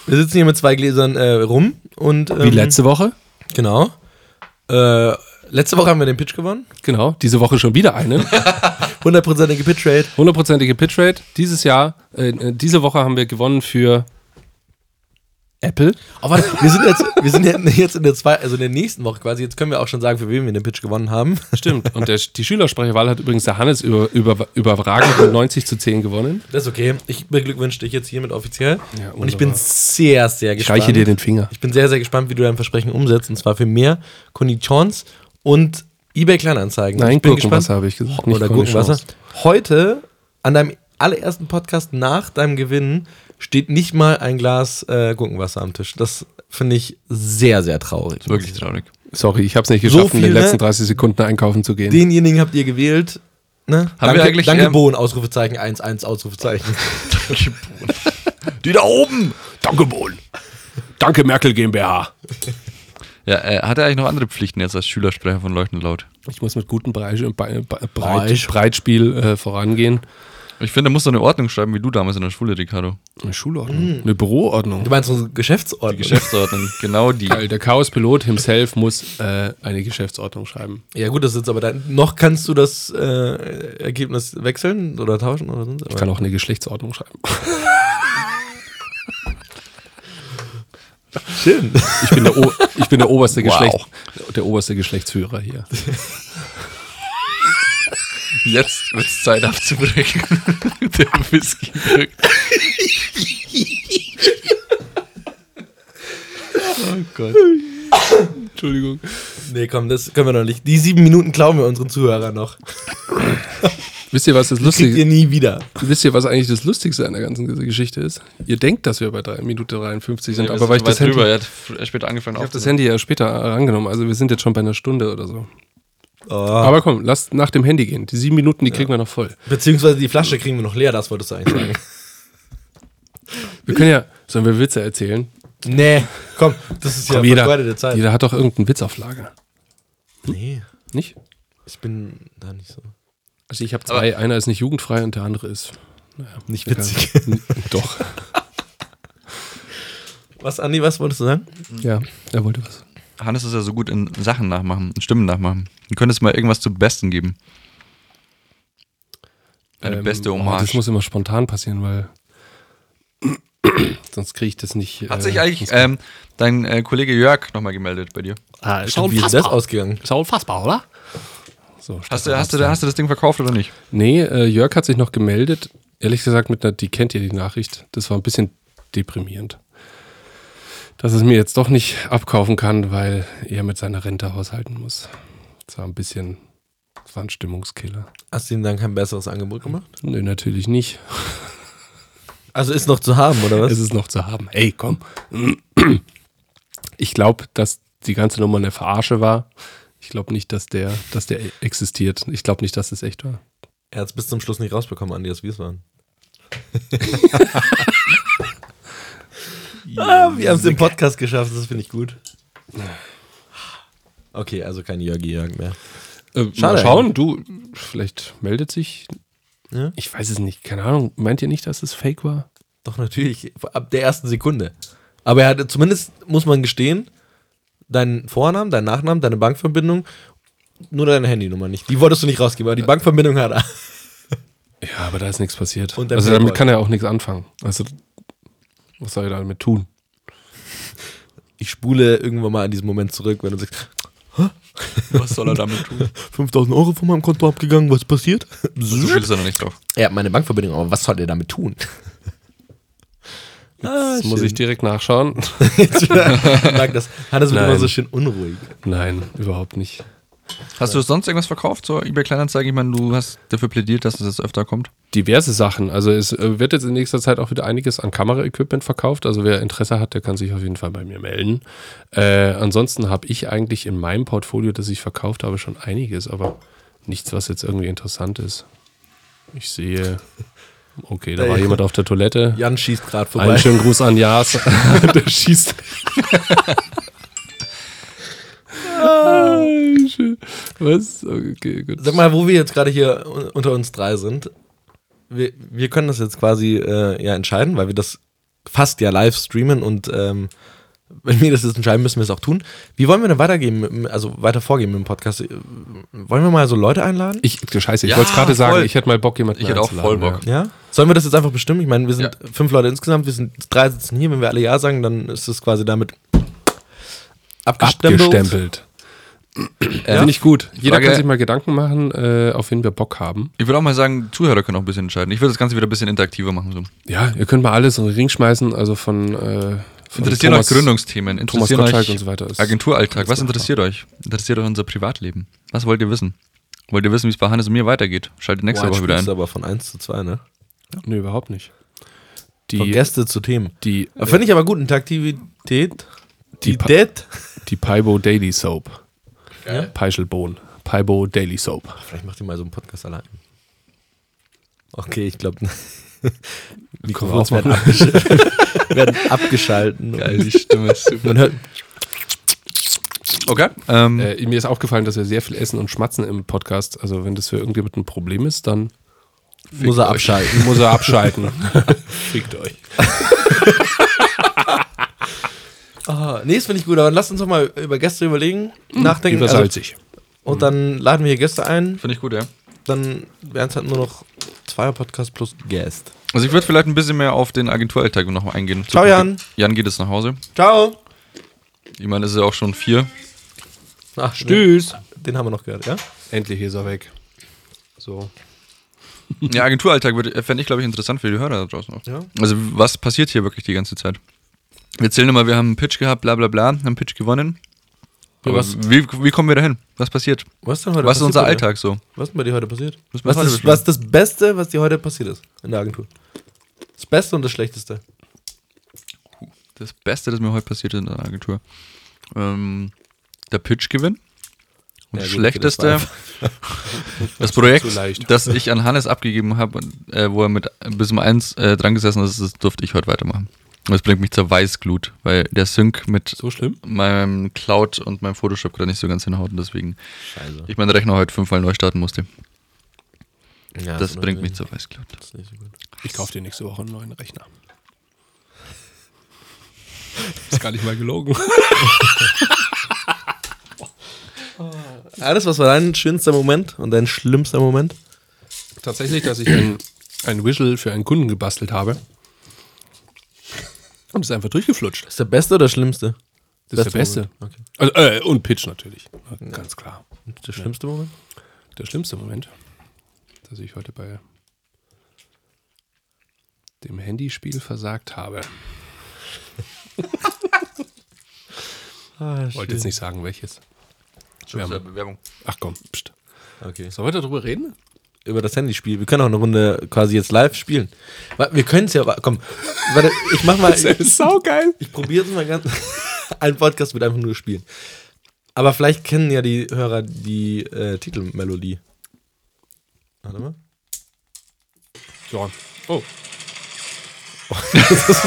S3: Wir sitzen hier mit zwei Gläsern äh, rum und.
S2: Wie
S3: ähm,
S2: letzte Woche?
S3: Genau. Äh, letzte Woche haben wir den Pitch gewonnen.
S2: Genau, diese Woche schon wieder eine.
S3: Hundertprozentige Pitch-Rate.
S2: Hundertprozentige Pitchrate. Dieses Jahr, äh, äh, diese Woche haben wir gewonnen für Apple.
S3: Oh, warte, wir sind jetzt, wir sind jetzt- jetzt in der zweiten, also in der nächsten Woche quasi. Jetzt können wir auch schon sagen, für wen wir den Pitch gewonnen haben.
S2: Stimmt. Und der, die Schülersprecherwahl hat übrigens der Hannes über, über, überragend mit 90 zu 10 gewonnen.
S3: Das ist okay. Ich beglückwünsche dich jetzt hiermit offiziell.
S2: Ja,
S3: und ich
S2: wunderbar.
S3: bin sehr, sehr
S2: Ich
S3: gespannt.
S2: reiche dir den Finger.
S3: Ich bin sehr, sehr gespannt, wie du dein Versprechen umsetzt. Und zwar für mehr Konditions und eBay Kleinanzeigen.
S2: Nein,
S3: ich bin Oh,
S2: Gurkenwasser habe ich gesagt. nicht
S3: oder
S2: Conny
S3: Gurkenwasser.
S2: Chance.
S3: Heute, an deinem allerersten Podcast nach deinem Gewinn, steht nicht mal ein Glas äh, Gurkenwasser am Tisch. Das finde ich sehr, sehr traurig.
S4: Wirklich traurig.
S2: Sorry, ich habe es nicht
S3: So
S2: geschafft, in den
S3: viel, ne?
S2: letzten 30 Sekunden einkaufen zu gehen.
S3: Denjenigen habt ihr gewählt. Ne? danke,
S4: wir eigentlich,
S3: danke
S4: ähm,
S3: Bohnen, Ausrufezeichen 1-1,
S2: [LAUGHS]
S3: Ausrufezeichen.
S4: Die da oben!
S2: Danke, Bohlen. Danke, Merkel GmbH.
S4: Ja, äh, hat er eigentlich noch andere Pflichten jetzt als Schülersprecher von Leuchtend Laut?
S2: Ich muss mit gutem Breich, Be- Be- Breit,
S3: Breich.
S2: Breitspiel äh, vorangehen.
S4: Ich finde, er muss doch eine Ordnung schreiben, wie du damals in der Schule, Ricardo.
S2: Eine Schulordnung. Eine Büroordnung.
S3: Du meinst unsere Geschäftsordnung?
S4: Geschäftsordnung, genau die.
S2: Weil der Chaospilot himself muss äh, eine Geschäftsordnung schreiben.
S3: ja gut, das ist jetzt aber dein... Noch kannst du das äh, Ergebnis wechseln oder tauschen oder sonst
S2: Ich kann auch eine Geschlechtsordnung schreiben.
S3: Schön.
S2: Ich bin der, o ich bin der, oberste,
S4: Wow.
S2: Geschlecht der oberste Geschlechtsführer hier.
S4: Jetzt wird es Zeit abzubrechen. [LAUGHS] der Whisky wirkt. oh Gott. Entschuldigung.
S3: Nee, komm, das können wir noch nicht. Die sieben Minuten klauen wir unseren Zuhörern noch.
S2: Wisst ihr, was das
S3: Kriegt ihr
S2: Lustige,
S3: nie wieder.
S2: wisst ihr, was eigentlich das Lustigste an der ganzen Geschichte ist? Ihr denkt, dass wir bei 3 Minute 53 sind,
S4: Ja, wir
S2: aber
S4: sind
S2: weil ich
S4: weit
S2: das Handy,
S4: drüber.
S2: ich
S4: Er hat fr- er hat später angefangen
S2: hab das Handy ja später herangenommen. Also wir sind jetzt schon bei einer Stunde oder so.
S3: Oh.
S2: Aber komm, lass nach dem Handy gehen. Die sieben Minuten, die kriegen wir noch voll.
S3: Beziehungsweise die Flasche kriegen wir noch leer, das wolltest du eigentlich sagen.
S2: Wir können ja, sollen wir Witze erzählen?
S3: [CLEARS THROAT] nee, komm, das ist ja
S2: Komm,
S3: vergeudete
S2: jeder,
S3: Zeit.
S2: jeder hat doch irgendeinen Witz auf Lager,
S3: Nee,
S2: nicht?
S3: ich bin da nicht so.
S2: Also ich habe zwei. einer ist nicht jugendfrei und der andere ist
S3: Nicht
S2: [LAUGHS] Doch.
S3: Was, Andi, was wolltest du sagen?
S2: Ja, er wollte was.
S4: Hannes ist ja so gut in Sachen nachmachen, in Stimmen nachmachen. Du könntest mal irgendwas zum Besten geben. Eine
S2: Ähm,
S4: beste
S2: oh,
S4: Hommage.
S2: das muss immer spontan passieren,
S4: [CLEARS THROAT]
S2: weil sonst kriege ich das nicht. äh,
S4: Hat sich eigentlich ähm, dein äh, Kollege Jörg nochmal gemeldet bei dir?
S2: Ah,
S3: Wie ist das ausgegangen?
S2: Ist unfassbar, oder? So,
S4: Hast du, hast, du, hast du das Ding verkauft oder nicht?
S2: Nee, äh, Jörg hat sich noch gemeldet. Ehrlich gesagt, mit einer, die kennt ihr die Nachricht. Das war ein bisschen deprimierend. Dass es mir jetzt doch nicht abkaufen kann, weil er mit seiner Rente haushalten muss. Das war ein bisschen, das war ein Stimmungskiller.
S3: Hast du ihm dann kein besseres Angebot gemacht?
S2: Nö, natürlich nicht.
S3: Also ist noch zu haben, oder
S2: Es ist noch zu haben. Ey, komm. Ich glaube, dass die ganze Nummer eine Verarsche war. Ich glaube nicht, dass der, dass der existiert. Ich glaube nicht, dass das echt war.
S3: Er hat es bis zum Schluss nicht rausbekommen, Andi, das wie es waren. ah, wir haben es im Podcast geschafft, das finde ich gut. Okay, also kein Jörgi Jörg mehr.
S2: Äh, mal
S3: Schade
S2: schauen, du, vielleicht meldet sich.
S3: Ja.
S2: Ich weiß es nicht, keine Ahnung. Meint ihr nicht, dass es fake war?
S3: Doch, natürlich, ab der ersten Sekunde. Aber er hatte, zumindest muss man gestehen, deinen Vornamen, deinen Nachnamen, deine Bankverbindung, nur deine Handynummer nicht. Die wolltest du nicht rausgeben, aber die Bankverbindung hat er.
S2: Ja, aber da ist nichts passiert.
S3: Und der
S2: also damit
S3: Playboy.
S2: kann er auch nichts anfangen. Also, was soll er damit tun?
S3: Ich spule irgendwann mal an diesen Moment zurück, wenn du sagst, [LAUGHS]
S4: Was soll er damit tun?
S3: 5000 Euro von meinem Konto abgegangen, was passiert?
S4: [LAUGHS] So viel ist er noch nicht drauf.
S3: Er hat meine Bankverbindung, aber was soll er damit tun?
S2: Das muss ich direkt nachschauen. [LAUGHS]
S3: ich mag das. Hannes wird
S2: Nein.
S3: immer so schön unruhig.
S2: Nein, überhaupt nicht.
S4: Hast du sonst irgendwas verkauft zur eBay Kleinanzeigen? Ich meine, du hast dafür plädiert, dass es jetzt öfter kommt.
S2: diverse Sachen. Also es äh, wird jetzt in nächster Zeit auch wieder einiges an Kameraequipment verkauft. Also wer Interesse hat, der kann sich auf jeden Fall bei mir melden. Äh, ansonsten habe ich eigentlich in meinem Portfolio, das ich verkauft habe, schon einiges, aber nichts, was jetzt irgendwie interessant ist. Ich sehe, okay, da war
S3: Ey.
S2: jemand auf der Toilette.
S3: Jan schießt gerade vorbei.
S2: Einen schönen Gruß an Jas. [LAUGHS] der schießt. Ah, schön. [LAUGHS] Was? Okay, gut.
S3: Sag mal, wo wir jetzt gerade hier un- unter uns drei sind, wir, wir können das jetzt quasi äh, ja entscheiden, weil wir das fast ja live streamen und ähm, wenn wir das jetzt entscheiden, müssen wir es auch tun. Wie wollen wir denn weitergehen, mit dem- also weiter vorgehen mit dem Podcast? Äh, Wollen wir mal so Leute einladen?
S2: Ich, scheiße, ich
S4: Ja,
S2: wollte es gerade sagen,
S4: voll.
S2: ich hätte mal Bock, jemanden
S4: Ich hätte auch
S2: einzuladen,
S4: voll Bock.
S3: Ja? Sollen wir das jetzt einfach bestimmen? Ich meine, wir sind
S4: Ja.
S3: fünf Leute insgesamt, wir sind drei sitzen hier. Wenn wir alle Ja sagen, dann ist es quasi damit abgestempelt.
S2: Abgestempelt.
S3: Ja.
S2: Finde ich gut. Jeder
S4: Frage-
S2: kann sich mal Gedanken machen, äh, auf wen wir Bock haben.
S4: Ich würde auch mal sagen, die Zuhörer können auch ein bisschen entscheiden. Ich würde das Ganze wieder ein bisschen interaktiver machen. So.
S2: Ja, ihr könnt mal alles in den Ring schmeißen, also von, äh, von
S4: Interessieren
S2: Thomas-
S4: euch Gründungsthemen,
S2: Thomas
S4: interessieren
S2: Gottschalk und
S4: euch
S2: so weiter. Ist
S4: Agenturalltag, was
S2: Alles
S4: interessiert euch? Interessiert euch unser Privatleben? Was wollt ihr wissen? Wollt ihr wissen, wie es bei Hannes und mir weitergeht? Schaltet nächste
S3: Boah,
S4: Woche wieder
S3: jetzt
S4: ein.
S3: aber von 1 zu 2, ne?
S2: Nee, überhaupt nicht.
S3: Von
S2: Die,
S3: Gäste zu Themen.
S2: die,
S3: Äh, Finde ich aber gut, Interaktivität.
S2: Die
S3: Die
S2: Pa-
S3: Dead.
S2: die Paibo Daily Soap.
S3: Ja.
S2: Peichelbohn. Paibo Daily Soap.
S3: Vielleicht macht ihr mal so einen Podcast allein. Okay, ich [LAUGHS] glaube,
S2: Können wir auch
S3: Mikrofons
S2: machen.
S3: werden, abgesch werden abgeschalten.
S4: Geil, die Stimme ist super.
S3: Man hört,
S4: Okay.
S2: [LAUGHS]
S4: Ähm,
S2: Äh, mir ist aufgefallen, dass wir sehr viel essen und schmatzen im Podcast. Also, wenn das für irgendjemanden ein Problem ist, dann
S3: muss er
S2: [LAUGHS]
S3: abschalten.
S2: muss er abschalten. [LAUGHS] Fickt euch.
S3: Ah, nee, das finde ich gut, aber lasst uns doch mal über Gäste überlegen, nachdenken. Also,
S2: Übersalzig.
S3: und dann laden wir hier Gäste ein.
S4: Finde ich gut, ja.
S3: Dann wären es halt nur noch zweier Podcast plus Guest.
S4: Also ich würde vielleicht ein bisschen mehr auf den Agenturalltag noch mal eingehen.
S3: Ciao, Jan.
S4: Jan geht jetzt nach Hause.
S3: Ciao.
S4: Ich meine, es ist ja auch schon vier.
S3: Ach,
S2: Tschüss.
S3: Nee, den haben wir noch gehört, ja?
S2: Endlich ist er weg. So.
S4: Ja, Agenturalltag würde- fände ich, glaube ich, interessant für die Hörer da draußen auch.
S3: Ja.
S4: Also, was passiert hier wirklich die ganze Zeit? Wir erzählen immer, wir haben einen Pitch gehabt, bla bla bla, haben einen Pitch gewonnen.
S3: Ja,
S4: Aber
S3: was-
S4: wie, wie kommen wir dahin? Was passiert?
S3: Was ist denn heute
S4: was ist
S3: passiert
S4: unser
S3: bei dir?
S4: Alltag so?
S3: Was ist denn bei dir heute passiert?
S4: Müssen wir
S3: Was
S4: heute
S3: ist,
S4: besprechen.
S3: was ist das Beste, was dir heute passiert ist in der Agentur? Das Beste und das Schlechteste.
S4: Das Beste, das mir heute passiert ist in der Agentur. Ähm, der Pitchgewinn.
S3: Ja,
S4: Und das
S3: gut,
S4: [LAUGHS] Schlechteste,
S3: das
S4: das, Projekt,
S2: zu leicht.
S4: das ich an Hannes abgegeben habe, und, äh, wo er mit bis um eins äh, dran gesessen ist, das durfte ich heute weitermachen. Und das bringt mich zur Weißglut, weil der Sync mit
S2: So schlimm?
S4: meinem Cloud und meinem Photoshop gerade nicht so ganz hinhaut und deswegen
S3: Scheiße.
S4: ich meinen Rechner heute fünfmal neu starten musste.
S3: Ja,
S4: Das
S3: so
S4: bringt mich
S3: natürlich.
S4: zur Weißglut.
S3: Das ist nicht so gut.
S2: Ich kaufe dir nächste Woche einen neuen Rechner. Ist gar nicht mal gelogen.
S3: Alles, was war dein schönster Moment und dein schlimmster Moment?
S2: [LAUGHS] Tatsächlich, dass ich ein, ein Whistle für einen Kunden gebastelt habe. Und ist einfach durchgeflutscht.
S3: Ist der Beste oder Schlimmste?
S2: Das ist der Beste.
S3: Moment. Okay.
S2: Also, äh, und Pitch natürlich. Ganz klar.
S3: Und der schlimmste Moment?
S2: Der schlimmste Moment, dass ich heute bei dem Handyspiel versagt habe.
S3: Ah, schön.
S2: Wollte jetzt nicht sagen, welches. Schwärme.
S4: Bewerbung.
S2: Ach komm, pst.
S3: Okay.
S2: Sollen wir darüber reden?
S3: Über das Handyspiel. Wir können auch eine Runde quasi jetzt live spielen. Wa- Wir können es ja, aber- komm. Warte, ich mach mal. Ich,
S2: saugeil.
S3: ich probiere es mal ganz. [LAUGHS] Ein Podcast wird einfach nur spielen. Aber vielleicht kennen ja die Hörer die äh, Titelmelodie. Warte mal.
S2: So. Oh.
S3: Das ist,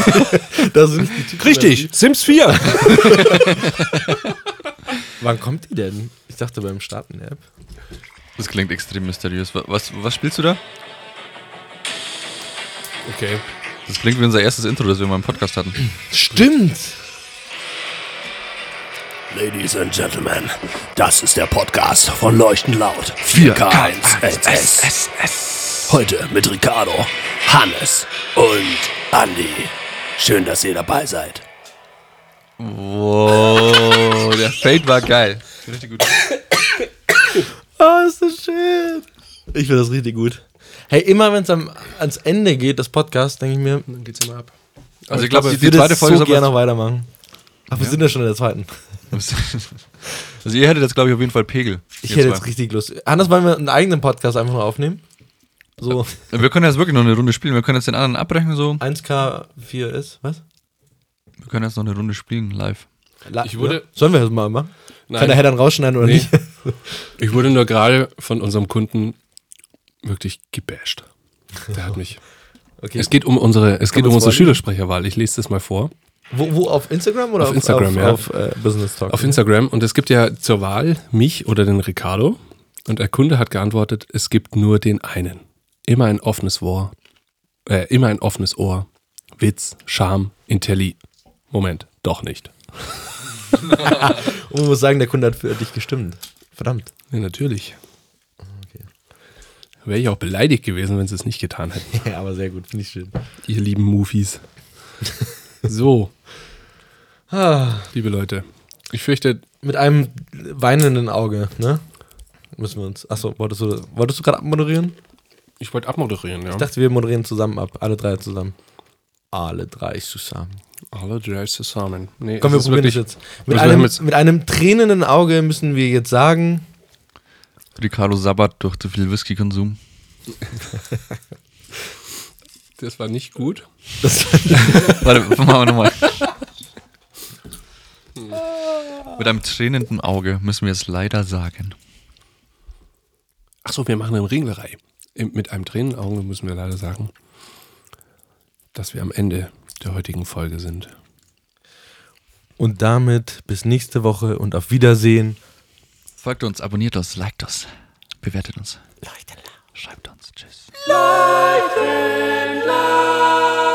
S3: das ist nicht die Titelmelodie.
S2: Richtig, Sims 4.
S3: Wann kommt die denn? Ich dachte beim Starten der App.
S4: Das klingt extrem mysteriös. Wa- Was, was spielst du da?
S2: Okay.
S4: Das klingt wie unser erstes Intro, das wir mal im Podcast hatten.
S3: Stimmt!
S1: Ladies and Gentlemen, das ist der Podcast von Leuchten Laut 4K1SS. Heute mit Ricardo, Hannes und Andy. Schön, dass ihr dabei seid.
S4: Wow, der Fade war geil. Richtig gut. Also
S3: Oh, ist das schön. Ich finde das richtig gut. Hey, immer wenn es ans Ende geht, das Podcast, denke ich mir,
S2: Dann geht's immer ab.
S4: Also ich
S3: ich glaube,
S4: glaube,
S3: ich
S4: die
S3: würde
S4: zweite Folge
S3: so
S4: soll
S3: gerne
S4: man-
S3: noch weitermachen. Ach, wir sind ja schon in der zweiten.
S4: [LAUGHS] Also ihr hättet jetzt, glaube ich, auf jeden Fall Pegel.
S3: Ich
S4: Ihr
S3: hätte
S4: zwei.
S3: jetzt richtig Lust. Anders wollen wir einen eigenen Podcast einfach nur aufnehmen. So,
S4: wir können jetzt wirklich noch eine Runde spielen. Wir können jetzt den anderen abbrechen so.
S3: 1K4S, was?
S4: Wir können jetzt noch eine Runde spielen live.
S3: La
S2: Ich wurde-
S3: ja? Sollen wir das mal machen?
S2: Nein.
S3: Kann der Herr dann rausschneiden oder
S2: Nee.
S3: nicht? [LAUGHS]
S2: Ich wurde nur gerade von unserem Kunden wirklich gebasht. Der hat mich.
S3: Okay.
S2: Es geht um unsere, es geht um
S3: man's
S2: unsere
S3: vorlesen?
S2: Schülersprecherwahl. Ich lese das mal vor.
S3: Wo, wo, auf Instagram oder
S2: Auf Instagram,
S3: auf,
S2: ja.
S3: auf äh, Business Talk?
S2: Auf Instagram. Und es gibt ja zur Wahl mich oder den Ricardo. Und der Kunde hat geantwortet, es gibt nur den einen. Immer ein offenes Ohr. Äh, immer ein offenes Ohr. Witz, Charme, Intelli. Moment, doch nicht.
S3: Und man muss sagen, der Kunde hat für dich gestimmt.
S2: [LAUGHS]
S3: Verdammt.
S2: Ja, natürlich. Wäre ich auch beleidigt gewesen, wenn sie es nicht getan
S3: [LAUGHS]
S2: hätten,
S3: Ja, aber sehr gut, finde ich schön.
S2: ihr lieben Movies. so,
S3: Ah,
S2: liebe Leute. Ich fürchte,
S3: mit einem weinenden Auge, ne? Müssen wir uns. Achso, wolltest du, wolltest du gerade abmoderieren?
S2: ich wollte abmoderieren, ja.
S3: Ich dachte, wir moderieren zusammen ab. Alle drei zusammen. Alle drei zusammen.
S2: Alle drei zusammen. Nee, es
S3: Komm, wir
S2: ist
S3: probieren
S2: wirklich-
S3: das jetzt. Mit
S2: wir
S3: einem,
S2: jetzt-
S3: mit einem tränenden Auge müssen wir jetzt sagen.
S4: Ricardo Sabat durch zu viel Whisky-Konsum.
S2: Das war nicht gut.
S3: Das
S4: Warte, [LAUGHS] machen wir nochmal. Mit einem tränenden Auge müssen wir es leider sagen.
S2: Achso, wir machen eine Ringlerei. Im- Mit einem Tränenauge müssen wir leider sagen, dass wir am Ende der heutigen Folge sind.
S3: [LAUGHS] und damit bis nächste Woche und auf Wiedersehen.
S4: Folgt uns, abonniert uns, liked uns, bewertet uns. Schreibt uns. Tschüss.
S5: Light and light.